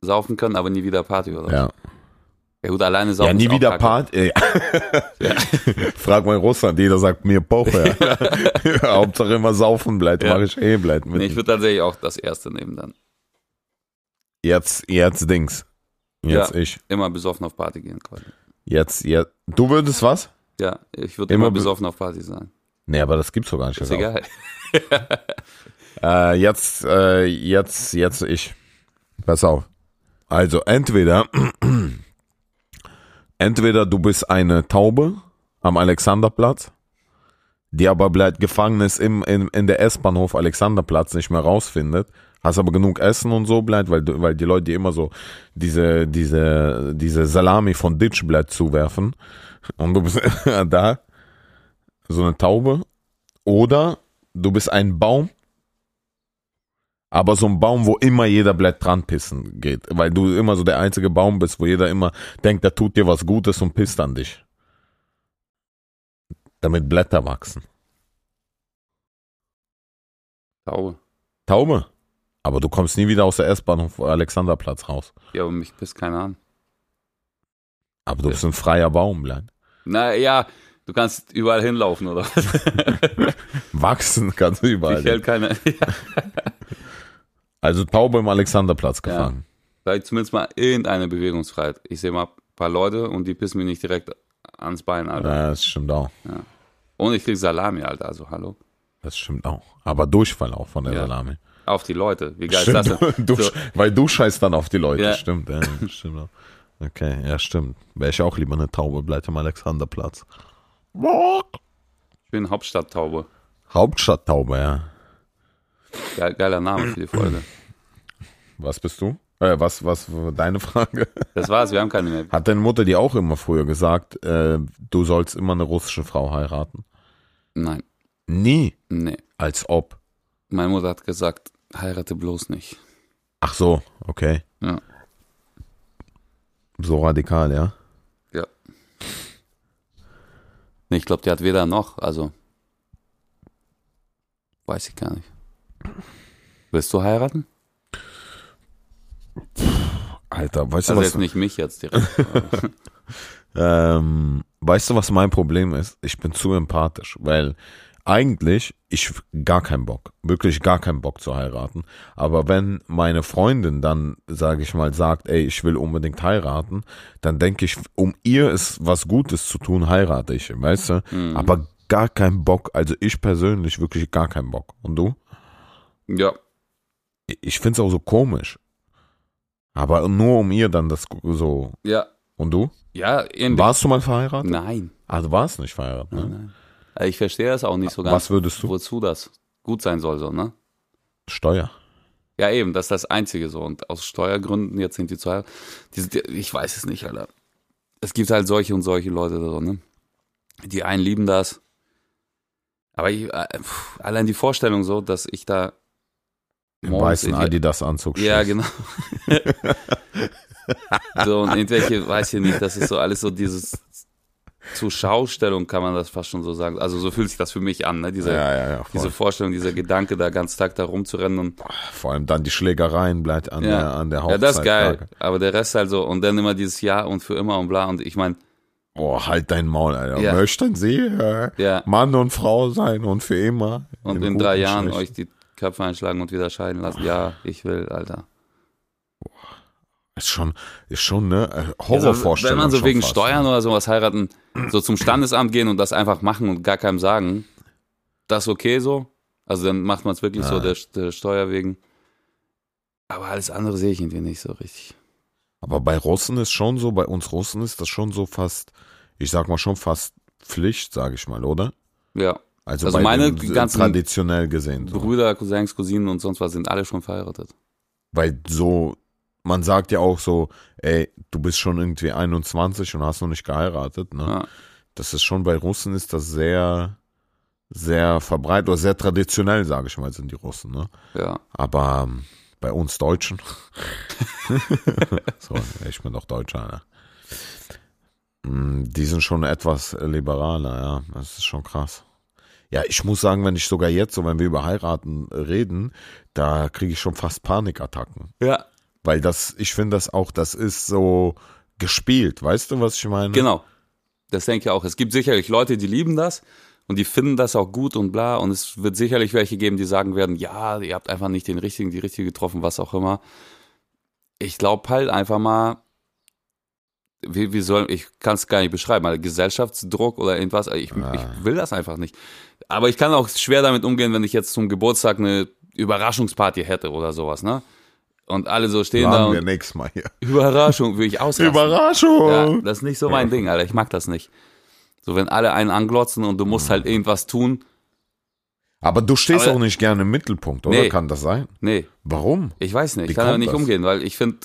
[SPEAKER 2] saufen können, aber nie wieder Party, oder?
[SPEAKER 1] ja.
[SPEAKER 2] ja gut, alleine saufen.
[SPEAKER 1] ja, nie
[SPEAKER 2] ist auch
[SPEAKER 1] wieder Party.
[SPEAKER 2] kacke.
[SPEAKER 1] Frag mal in Russland, jeder sagt mir Poche. Ja. Hauptsache immer saufen bleibt,
[SPEAKER 2] Ja.
[SPEAKER 1] mache ich eh bleibt mit.
[SPEAKER 2] Nee, ich würde tatsächlich auch das erste nehmen dann.
[SPEAKER 1] jetzt, jetzt Dings. Jetzt
[SPEAKER 2] Ja.
[SPEAKER 1] ich.
[SPEAKER 2] Immer besoffen auf Party gehen quasi.
[SPEAKER 1] Jetzt, jetzt. Du würdest was?
[SPEAKER 2] Ja, ich würde immer,
[SPEAKER 1] Immer be- Genau.
[SPEAKER 2] besoffen auf Party sein.
[SPEAKER 1] Nee, aber das gibt's doch gar nicht.
[SPEAKER 2] Ist
[SPEAKER 1] das
[SPEAKER 2] egal.
[SPEAKER 1] Äh, jetzt, äh, jetzt, jetzt ich. Pass auf. Also entweder, entweder du bist eine Taube am Alexanderplatz, die aber bleibt gefangen ist im, in, in der S-Bahnhof Alexanderplatz nicht mehr rausfindet. Hast aber genug Essen und so bleibt, weil, du- weil die Leute dir immer so diese, diese, diese Salami von Ditch bleibt zuwerfen. Und du bist da, so eine Taube. Oder du bist ein Baum aber so ein Baum, wo immer jeder Blatt dran pissen geht, weil du immer so der einzige Baum bist, wo jeder immer denkt, der tut dir was Gutes und pisst an dich. Damit Blätter wachsen.
[SPEAKER 2] Taube.
[SPEAKER 1] Taube. Aber du kommst nie wieder aus der S-Bahnhof Alexanderplatz raus.
[SPEAKER 2] Ja, aber mich pisst keiner an.
[SPEAKER 1] Aber du bist ein freier Baum, Blatt.
[SPEAKER 2] Naja, du kannst überall hinlaufen, oder?
[SPEAKER 1] Wachsen kannst du
[SPEAKER 2] Ich
[SPEAKER 1] überall.
[SPEAKER 2] hält keiner.
[SPEAKER 1] Also Taube im Alexanderplatz gefangen.
[SPEAKER 2] Da hab ich zumindest mal irgendeine Bewegungsfreiheit. Ich sehe mal ein paar Leute und die pissen mir nicht direkt ans Bein, Alter.
[SPEAKER 1] Ja, das stimmt auch.
[SPEAKER 2] Und ich krieg Salami, Alter. Also hallo.
[SPEAKER 1] Das stimmt auch. Aber Durchfall auch von der
[SPEAKER 2] Ja.
[SPEAKER 1] Salami.
[SPEAKER 2] Auf die Leute. Wie geil
[SPEAKER 1] Stimmt,
[SPEAKER 2] ist das denn?
[SPEAKER 1] du,
[SPEAKER 2] so,
[SPEAKER 1] Weil du scheißt dann auf die Leute,
[SPEAKER 2] Ja.
[SPEAKER 1] stimmt. Ja, stimmt auch. Okay, ja, stimmt. Wäre ich auch lieber eine Taube, bleibt am Alexanderplatz.
[SPEAKER 2] ich bin Hauptstadttaube.
[SPEAKER 1] Hauptstadttaube, ja.
[SPEAKER 2] Geil, geiler Name für die Folge.
[SPEAKER 1] Was bist du? Äh, was, was, war deine Frage?
[SPEAKER 2] Das war's, wir haben keine mehr.
[SPEAKER 1] Hat deine Mutter dir auch immer früher gesagt, äh, du sollst immer eine russische Frau heiraten?
[SPEAKER 2] Nein,
[SPEAKER 1] Nie.
[SPEAKER 2] nee.
[SPEAKER 1] Als ob.
[SPEAKER 2] Meine Mutter hat gesagt, heirate bloß nicht.
[SPEAKER 1] Ach so, okay.
[SPEAKER 2] Ja.
[SPEAKER 1] So radikal, ja.
[SPEAKER 2] Ja. Nee, ich glaube, die hat weder noch, also. Weiß ich gar nicht. Willst du heiraten?
[SPEAKER 1] Alter, weißt du,
[SPEAKER 2] Also
[SPEAKER 1] was,
[SPEAKER 2] jetzt nicht mich jetzt direkt. aber-
[SPEAKER 1] Ähm, weißt du, was mein Problem ist? Ich bin zu empathisch, weil eigentlich ich gar keinen Bock, wirklich gar keinen Bock zu heiraten. Aber wenn meine Freundin dann, sage ich mal, sagt, ey, ich will unbedingt heiraten, dann denke ich, um ihr es was Gutes zu tun, heirate ich, weißt du?
[SPEAKER 2] Mhm.
[SPEAKER 1] Aber gar keinen Bock, also ich persönlich wirklich gar keinen Bock. Und du?
[SPEAKER 2] ja,
[SPEAKER 1] Ich find's auch so komisch. Aber nur um ihr dann das so.
[SPEAKER 2] ja,
[SPEAKER 1] Und du?
[SPEAKER 2] ja, ähnlich.
[SPEAKER 1] Warst du mal verheiratet?
[SPEAKER 2] Nein.
[SPEAKER 1] Also warst nicht verheiratet, ne?
[SPEAKER 2] nein. Also ich verstehe das auch nicht so ganz.
[SPEAKER 1] Was würdest du?
[SPEAKER 2] Wozu das gut sein soll, so, ne?
[SPEAKER 1] Steuer.
[SPEAKER 2] Ja, eben, das ist das Einzige so. Und aus Steuergründen, jetzt sind die zu die, sind- Ich weiß es nicht, Alter. Es gibt halt solche und solche Leute, so, ne? Die einen lieben das. Aber ich, äh, pff, allein die Vorstellung so, dass ich da
[SPEAKER 1] Im
[SPEAKER 2] morgens
[SPEAKER 1] weißen
[SPEAKER 2] irgendwie-
[SPEAKER 1] Adidas-Anzug.
[SPEAKER 2] Ja,
[SPEAKER 1] stehst.
[SPEAKER 2] genau. so, und irgendwelche, weiß ich nicht, das ist so alles so dieses zur Schaustellung, kann man das fast schon so sagen. Also so fühlt sich das für mich an, ne? Diese,
[SPEAKER 1] Ja, ja, ja. Voll.
[SPEAKER 2] diese Vorstellung, dieser Gedanke, da ganz Tag da rumzurennen und
[SPEAKER 1] Vor allem dann die Schlägereien bleibt an, der, an der
[SPEAKER 2] ja,
[SPEAKER 1] Hochzeit.
[SPEAKER 2] das ist geil. Aber der Rest halt so und dann immer dieses Jahr und für immer und bla und ich meine,
[SPEAKER 1] Oh, halt dein Maul, Alter.
[SPEAKER 2] Ja.
[SPEAKER 1] Möchten Sie äh,
[SPEAKER 2] Ja.
[SPEAKER 1] Mann und Frau sein und für immer?
[SPEAKER 2] und in
[SPEAKER 1] guten
[SPEAKER 2] drei Jahren
[SPEAKER 1] Schlechten?
[SPEAKER 2] euch die Köpfe einschlagen und wieder scheiden lassen. Ja, ich will, Alter.
[SPEAKER 1] Ist schon, ist schon ne äh,
[SPEAKER 2] Also,
[SPEAKER 1] Horrorvorstellung.
[SPEAKER 2] wenn man so
[SPEAKER 1] schon
[SPEAKER 2] wegen
[SPEAKER 1] fast. ne?
[SPEAKER 2] Steuern oder sowas heiraten, so zum Standesamt gehen und das einfach machen und gar keinem sagen, das ist okay so. Also dann macht man es wirklich so
[SPEAKER 1] Ah.
[SPEAKER 2] der, der Steuer wegen. Aber alles andere sehe ich irgendwie nicht so richtig.
[SPEAKER 1] Aber bei Russen ist schon so, bei uns Russen ist das schon so fast, ich sag mal schon fast Pflicht, sage ich mal, oder?
[SPEAKER 2] Ja.
[SPEAKER 1] Also,
[SPEAKER 2] Also
[SPEAKER 1] bei
[SPEAKER 2] meine
[SPEAKER 1] den,
[SPEAKER 2] ganzen
[SPEAKER 1] traditionell gesehen. So.
[SPEAKER 2] Brüder, Cousins, Cousinen und sonst was sind alle schon verheiratet.
[SPEAKER 1] Weil so, man sagt ja auch so, ey, du bist schon irgendwie 21 und hast noch nicht geheiratet, ne?
[SPEAKER 2] Ja.
[SPEAKER 1] Das ist schon bei Russen ist das sehr, sehr verbreitet oder sehr traditionell, sage ich mal, sind die Russen, ne?
[SPEAKER 2] Ja.
[SPEAKER 1] Aber ähm, bei uns Deutschen. so, ich bin doch Deutscher, ne? Mm, Die sind schon etwas liberaler, ja. Das ist schon krass. Ja, ich muss sagen, wenn ich sogar jetzt, so wenn wir über heiraten äh, reden, da kriege ich schon fast Panikattacken.
[SPEAKER 2] Ja.
[SPEAKER 1] Weil das, ich finde das auch, das ist so gespielt. Weißt du, was ich meine?
[SPEAKER 2] Genau. Das denke ich auch. Es gibt sicherlich Leute, die lieben das und die finden das auch gut und bla. Und es wird sicherlich welche geben, die sagen werden, ja, ihr habt einfach nicht den richtigen, die richtige getroffen, was auch immer. Ich glaube halt einfach mal, wie, wie soll, ich kann es gar nicht beschreiben, mal Gesellschaftsdruck oder irgendwas. Ich, ich will das einfach nicht. Aber ich kann auch schwer damit umgehen, wenn ich jetzt zum Geburtstag eine Überraschungsparty hätte oder sowas, ne? Und alle so stehen da
[SPEAKER 1] Planen wir
[SPEAKER 2] und
[SPEAKER 1] nächstes Mal hier.
[SPEAKER 2] Überraschung, würde ich ausrasten. Ja,
[SPEAKER 1] Überraschung!
[SPEAKER 2] das ist nicht so mein Ding, Alter. Ich mag das nicht. So, wenn alle einen anglotzen und du musst
[SPEAKER 1] Mhm.
[SPEAKER 2] halt irgendwas tun.
[SPEAKER 1] Aber du stehst
[SPEAKER 2] Aber-
[SPEAKER 1] auch nicht gerne im Mittelpunkt, oder?
[SPEAKER 2] Nee.
[SPEAKER 1] Kann das sein?
[SPEAKER 2] Nee,
[SPEAKER 1] Warum?
[SPEAKER 2] ich weiß nicht.
[SPEAKER 1] Wie
[SPEAKER 2] Ich kann damit
[SPEAKER 1] kommt
[SPEAKER 2] nicht
[SPEAKER 1] das?
[SPEAKER 2] umgehen, weil ich finde,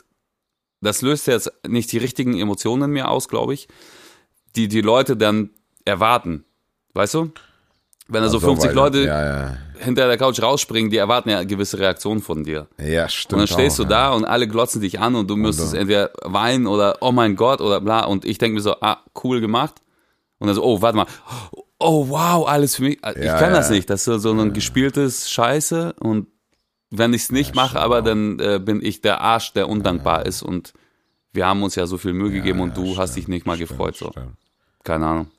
[SPEAKER 2] das löst jetzt nicht die richtigen Emotionen in mir aus, glaube ich, die die Leute dann erwarten. Weißt du? Wenn da so
[SPEAKER 1] Also,
[SPEAKER 2] 50
[SPEAKER 1] weil-
[SPEAKER 2] Leute
[SPEAKER 1] Ja, ja.
[SPEAKER 2] hinter der Couch rausspringen, die erwarten ja gewisse Reaktionen von dir.
[SPEAKER 1] Ja, stimmt.
[SPEAKER 2] Und dann stehst
[SPEAKER 1] auch,
[SPEAKER 2] du
[SPEAKER 1] ja.
[SPEAKER 2] da und alle glotzen dich an und du müsstest
[SPEAKER 1] dann-
[SPEAKER 2] entweder weinen oder oh mein Gott oder bla. Und ich denke mir so, ah, cool gemacht. Und dann so, oh, warte mal. Oh, wow, alles für mich. Ich
[SPEAKER 1] Ja,
[SPEAKER 2] kann
[SPEAKER 1] ja,
[SPEAKER 2] das
[SPEAKER 1] ja.
[SPEAKER 2] nicht. Das ist so, so ein gespieltes Scheiße. Und wenn ich es nicht mache, aber dann äh, bin ich der Arsch, der undankbar ist. Und wir haben uns ja so viel Mühe gegeben und du hast dich nicht mal gefreut. So.
[SPEAKER 1] Stimmt.
[SPEAKER 2] Keine Ahnung.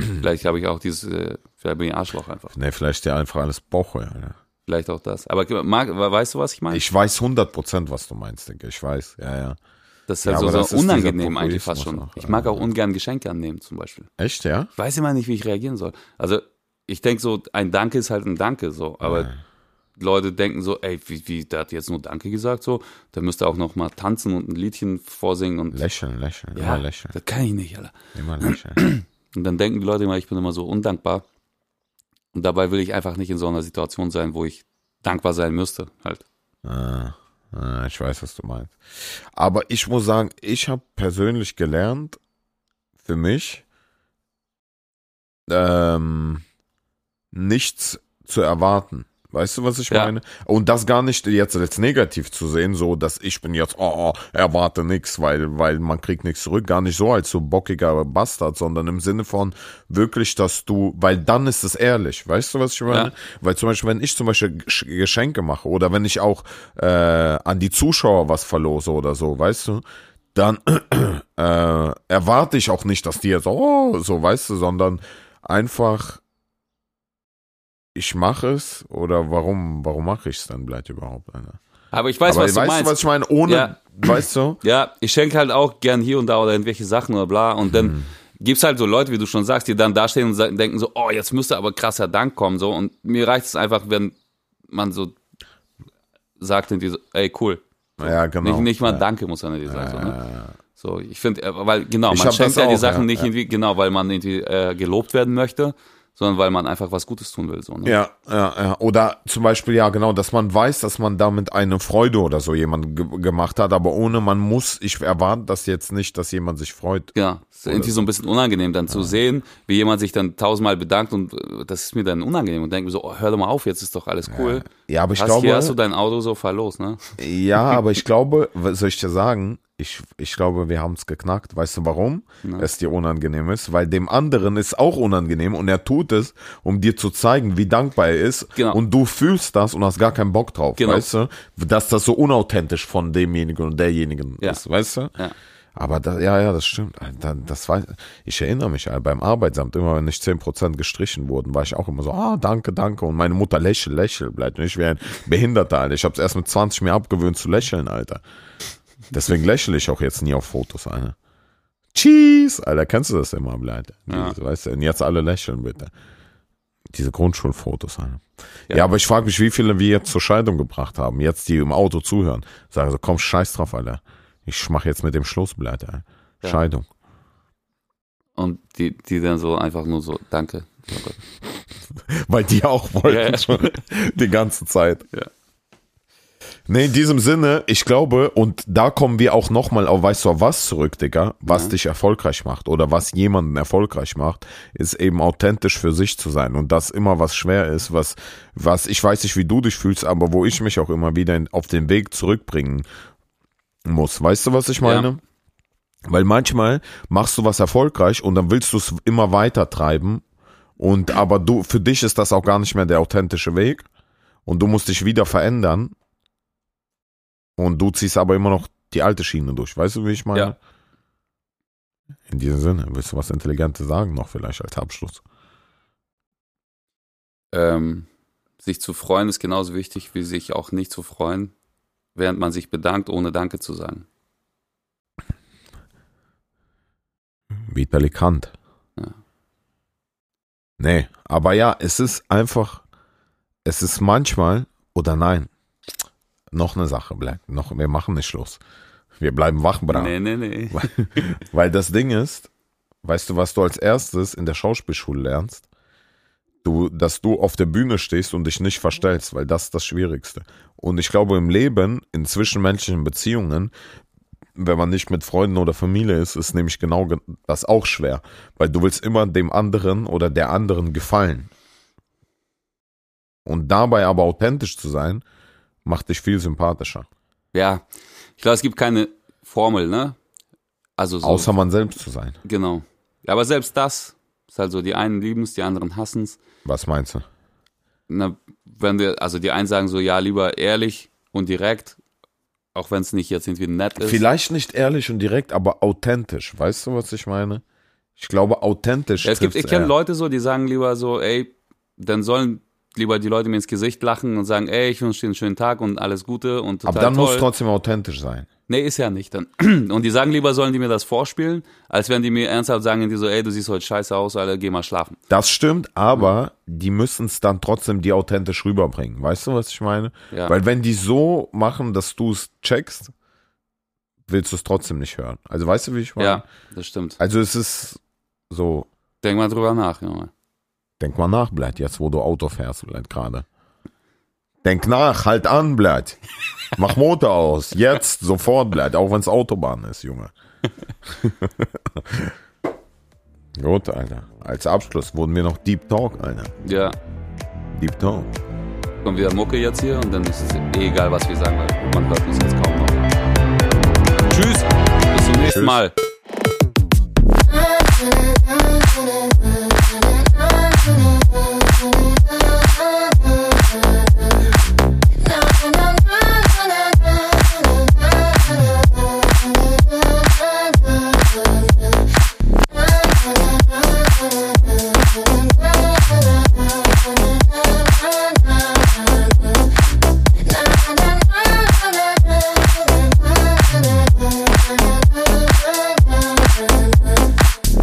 [SPEAKER 2] vielleicht habe ich auch dieses, äh, vielleicht bin ich Arschloch einfach.
[SPEAKER 1] Nee, vielleicht dir einfach alles Boche. Alter.
[SPEAKER 2] Vielleicht auch das. Aber Marc, weißt du, was ich meine?
[SPEAKER 1] Ich weiß 100%, was du meinst, Digga. Ich weiß, ja, ja.
[SPEAKER 2] Das ist
[SPEAKER 1] Ja,
[SPEAKER 2] halt
[SPEAKER 1] aber
[SPEAKER 2] so,
[SPEAKER 1] das
[SPEAKER 2] so
[SPEAKER 1] ist dieser
[SPEAKER 2] unangenehm eigentlich
[SPEAKER 1] Populismus
[SPEAKER 2] fast schon.
[SPEAKER 1] auch,
[SPEAKER 2] ich mag
[SPEAKER 1] ja.
[SPEAKER 2] auch ungern Geschenke annehmen zum Beispiel.
[SPEAKER 1] Echt, ja?
[SPEAKER 2] Ich weiß immer nicht, wie ich reagieren soll. Also ich denke so, ein Danke ist halt ein Danke so. Aber Leute denken so, ey, wie, wie, der hat jetzt nur Danke gesagt so, dann müsste auch noch mal tanzen und ein Liedchen vorsingen und
[SPEAKER 1] Lächeln, lächeln,
[SPEAKER 2] ja,
[SPEAKER 1] immer lächeln,
[SPEAKER 2] das kann ich nicht, Alter.
[SPEAKER 1] immer lächeln.
[SPEAKER 2] Und dann denken die Leute immer, ich bin immer so undankbar. Und dabei will ich einfach nicht in so einer Situation sein, wo ich dankbar sein müsste, halt.
[SPEAKER 1] ah, ah, ich weiß, was du meinst. Aber ich muss sagen, ich habe persönlich gelernt, für mich, ähm, nichts zu erwarten. Weißt du, was ich
[SPEAKER 2] Ja.
[SPEAKER 1] meine? Und das gar nicht jetzt als negativ zu sehen, so dass ich bin jetzt, oh, oh erwarte nichts, weil, weil man kriegt nichts zurück. Gar nicht so als so bockiger Bastard, sondern im Sinne von wirklich, dass du, weil dann ist es ehrlich. Weißt du, was ich meine?
[SPEAKER 2] Ja.
[SPEAKER 1] Weil zum Beispiel, wenn ich zum Beispiel Gesch- Geschenke mache oder wenn ich auch äh, an die Zuschauer was verlose oder so, weißt du, dann äh, erwarte ich auch nicht, dass die jetzt, oh, so, weißt du, sondern einfach, ich mache es oder warum, warum mache ich es dann bleibt überhaupt einer?
[SPEAKER 2] Aber ich weiß,
[SPEAKER 1] Aber
[SPEAKER 2] was du meinst.
[SPEAKER 1] was ich meine? Ohne,
[SPEAKER 2] Ja.
[SPEAKER 1] weißt du?
[SPEAKER 2] Ja, ich schenke halt auch gern hier und da oder irgendwelche Sachen oder bla. Und dann
[SPEAKER 1] Hm.
[SPEAKER 2] gibt's halt so Leute, wie du schon sagst, die dann dastehen und sa- denken so, oh, jetzt müsste aber krasser Dank kommen. So. Und mir reicht es einfach, wenn man so sagt, irgendwie so, ey, cool.
[SPEAKER 1] Ja, genau.
[SPEAKER 2] Nicht, nicht mal
[SPEAKER 1] ja.
[SPEAKER 2] Danke muss man irgendwie sagen. So, ne? so ich finde, weil genau,
[SPEAKER 1] Ich
[SPEAKER 2] man
[SPEAKER 1] hab
[SPEAKER 2] schenkt
[SPEAKER 1] das
[SPEAKER 2] ja die
[SPEAKER 1] auch,
[SPEAKER 2] Sachen
[SPEAKER 1] ja,
[SPEAKER 2] nicht
[SPEAKER 1] ja.
[SPEAKER 2] irgendwie, genau, weil man irgendwie äh, gelobt werden möchte. sondern weil man einfach was Gutes tun will. So, ne?
[SPEAKER 1] Ja, ja, ja. Oder zum Beispiel, ja, genau, dass man weiß, dass man damit eine Freude oder so jemand ge gemacht hat, aber ohne, man muss, ich erwarte das jetzt nicht, dass jemand sich freut.
[SPEAKER 2] Ja, ist irgendwie so ein bisschen unangenehm, dann zu sehen, wie jemand sich dann tausendmal bedankt und äh, das ist mir dann unangenehm und denke mir so, oh, hör doch mal auf, jetzt ist doch alles cool.
[SPEAKER 1] Ja, aber ich
[SPEAKER 2] hast,
[SPEAKER 1] glaube.
[SPEAKER 2] hier hast du dein Auto so fahr los, ne?
[SPEAKER 1] Ja, aber ich glaube, was soll ich dir sagen? Ich, ich glaube, wir haben es geknackt. Weißt du warum? Es dir unangenehm ist, weil dem anderen ist auch unangenehm und er tut es, um dir zu zeigen, wie dankbar er ist.
[SPEAKER 2] Genau.
[SPEAKER 1] Und du fühlst das und hast gar keinen Bock drauf,
[SPEAKER 2] Genau.
[SPEAKER 1] weißt du? Dass das so unauthentisch von demjenigen und derjenigen
[SPEAKER 2] Ja.
[SPEAKER 1] ist, weißt du?
[SPEAKER 2] Ja.
[SPEAKER 1] Aber da, ja, ja, das stimmt. Alter, Das war, ich erinnere mich Alter, beim Arbeitsamt, immer wenn nicht 10% gestrichen wurden, war ich auch immer so, ah, danke, danke. Und meine Mutter lächelt, lächelt, bleibt nicht wie ein Behinderter, Alter. Ich habe es erst mit 20 mir abgewöhnt zu lächeln, Alter. Deswegen lächle ich auch jetzt nie auf Fotos, Alter. Cheese! Alter, kennst du das immer, Alter? Dieses, Weißt du, und jetzt alle lächeln, bitte. Diese Grundschulfotos, Alter. Ja, aber ich frage mich, wie viele wir jetzt zur Scheidung gebracht haben, jetzt die im Auto zuhören. Sagen so, komm, scheiß drauf, Alter. Ich mache jetzt mit dem Schluss, Alter. Scheidung.
[SPEAKER 2] Und die, die dann so einfach nur so, danke. Oh
[SPEAKER 1] Weil die auch wollten
[SPEAKER 2] Ja, ja.
[SPEAKER 1] schon die ganze Zeit.
[SPEAKER 2] Ja.
[SPEAKER 1] Nee, in diesem Sinne, ich glaube, und da kommen wir auch nochmal auf, weißt du, auf was zurück, Digga, was dich erfolgreich macht oder was jemanden erfolgreich macht, ist eben authentisch für sich zu sein und das immer was schwer ist, was, was, ich weiß nicht, wie du dich fühlst, aber wo ich mich auch immer wieder in, auf den Weg zurückbringen muss. Weißt du, was ich meine?
[SPEAKER 2] Ja.
[SPEAKER 1] Weil manchmal machst du was erfolgreich und dann willst du es immer weiter treiben und aber du für dich ist das auch gar nicht mehr der authentische Weg und du musst dich wieder verändern und du ziehst aber immer noch die alte Schiene durch. Weißt du, wie ich meine?
[SPEAKER 2] Ja.
[SPEAKER 1] In diesem Sinne, willst du was Intelligentes sagen noch vielleicht als Abschluss?
[SPEAKER 2] Ähm, sich zu freuen ist genauso wichtig, wie sich auch nicht zu freuen, während man sich bedankt, ohne Danke zu sagen.
[SPEAKER 1] Vitali Kant.
[SPEAKER 2] Ja.
[SPEAKER 1] Nee, aber ja, es ist einfach, es ist manchmal oder nein. Noch eine Sache bleibt, noch, wir machen nicht Schluss. Wir bleiben wach, Bra.
[SPEAKER 2] Nee, nee, nee.
[SPEAKER 1] Weil das Ding ist, weißt du, was du als erstes in der Schauspielschule lernst? Du, dass du auf der Bühne stehst und dich nicht verstellst, weil das ist das Schwierigste. Und ich glaube, im Leben, in zwischenmenschlichen Beziehungen, wenn man nicht mit Freunden oder Familie ist, ist nämlich genau ge- das auch schwer. Weil du willst immer dem anderen oder der anderen gefallen. Und dabei aber authentisch zu sein, macht dich viel sympathischer.
[SPEAKER 2] Ja, ich glaube, es gibt keine Formel, ne? Also so.
[SPEAKER 1] Außer man selbst zu sein.
[SPEAKER 2] Genau. Ja, aber selbst das ist halt so, die einen lieben es, die anderen hassen es.
[SPEAKER 1] Was meinst du?
[SPEAKER 2] Na, wenn wir, also die einen sagen so, ja, lieber ehrlich und direkt, auch wenn es nicht jetzt irgendwie nett ist.
[SPEAKER 1] Vielleicht nicht ehrlich und direkt, aber authentisch. Weißt du, was ich meine? Ich glaube, authentisch.
[SPEAKER 2] Ja, es gibt, ich
[SPEAKER 1] trifft's
[SPEAKER 2] kenne
[SPEAKER 1] eher.
[SPEAKER 2] Leute so, die sagen lieber so, ey, dann sollen lieber die Leute mir ins Gesicht lachen und sagen, ey, ich wünsche dir einen schönen Tag und alles Gute und total
[SPEAKER 1] Aber dann
[SPEAKER 2] toll.
[SPEAKER 1] muss trotzdem authentisch sein.
[SPEAKER 2] nee, ist ja nicht dann. Und die sagen lieber, sollen die mir das vorspielen, als wenn die mir ernsthaft sagen, die so, ey, du siehst heute scheiße aus, Alter, geh mal schlafen.
[SPEAKER 1] Das stimmt, aber die müssen es dann trotzdem die authentisch rüberbringen. Weißt du, was ich meine?
[SPEAKER 2] Ja.
[SPEAKER 1] Weil wenn die so machen, dass du es checkst, willst du es trotzdem nicht hören. Also weißt du, wie ich meine?
[SPEAKER 2] Ja, das stimmt.
[SPEAKER 1] Also es ist so,
[SPEAKER 2] Denk mal drüber nach, Junge.
[SPEAKER 1] denk mal nach, Blatt, jetzt wo du Auto fährst, Blatt, gerade. Denk nach, halt an, Blatt. Mach Motor aus, jetzt, sofort, Blatt, auch wenn es Autobahn ist, Junge. Gut, Alter. Als Abschluss wurden wir noch Deep Talk, Alter.
[SPEAKER 2] Ja,
[SPEAKER 1] Deep Talk.
[SPEAKER 2] kommt wieder Mucke jetzt hier und dann ist es eh egal, was wir sagen, weil man hört uns jetzt kaum noch. Tschüss, bis zum nächsten
[SPEAKER 1] Tschüss.
[SPEAKER 2] Mal.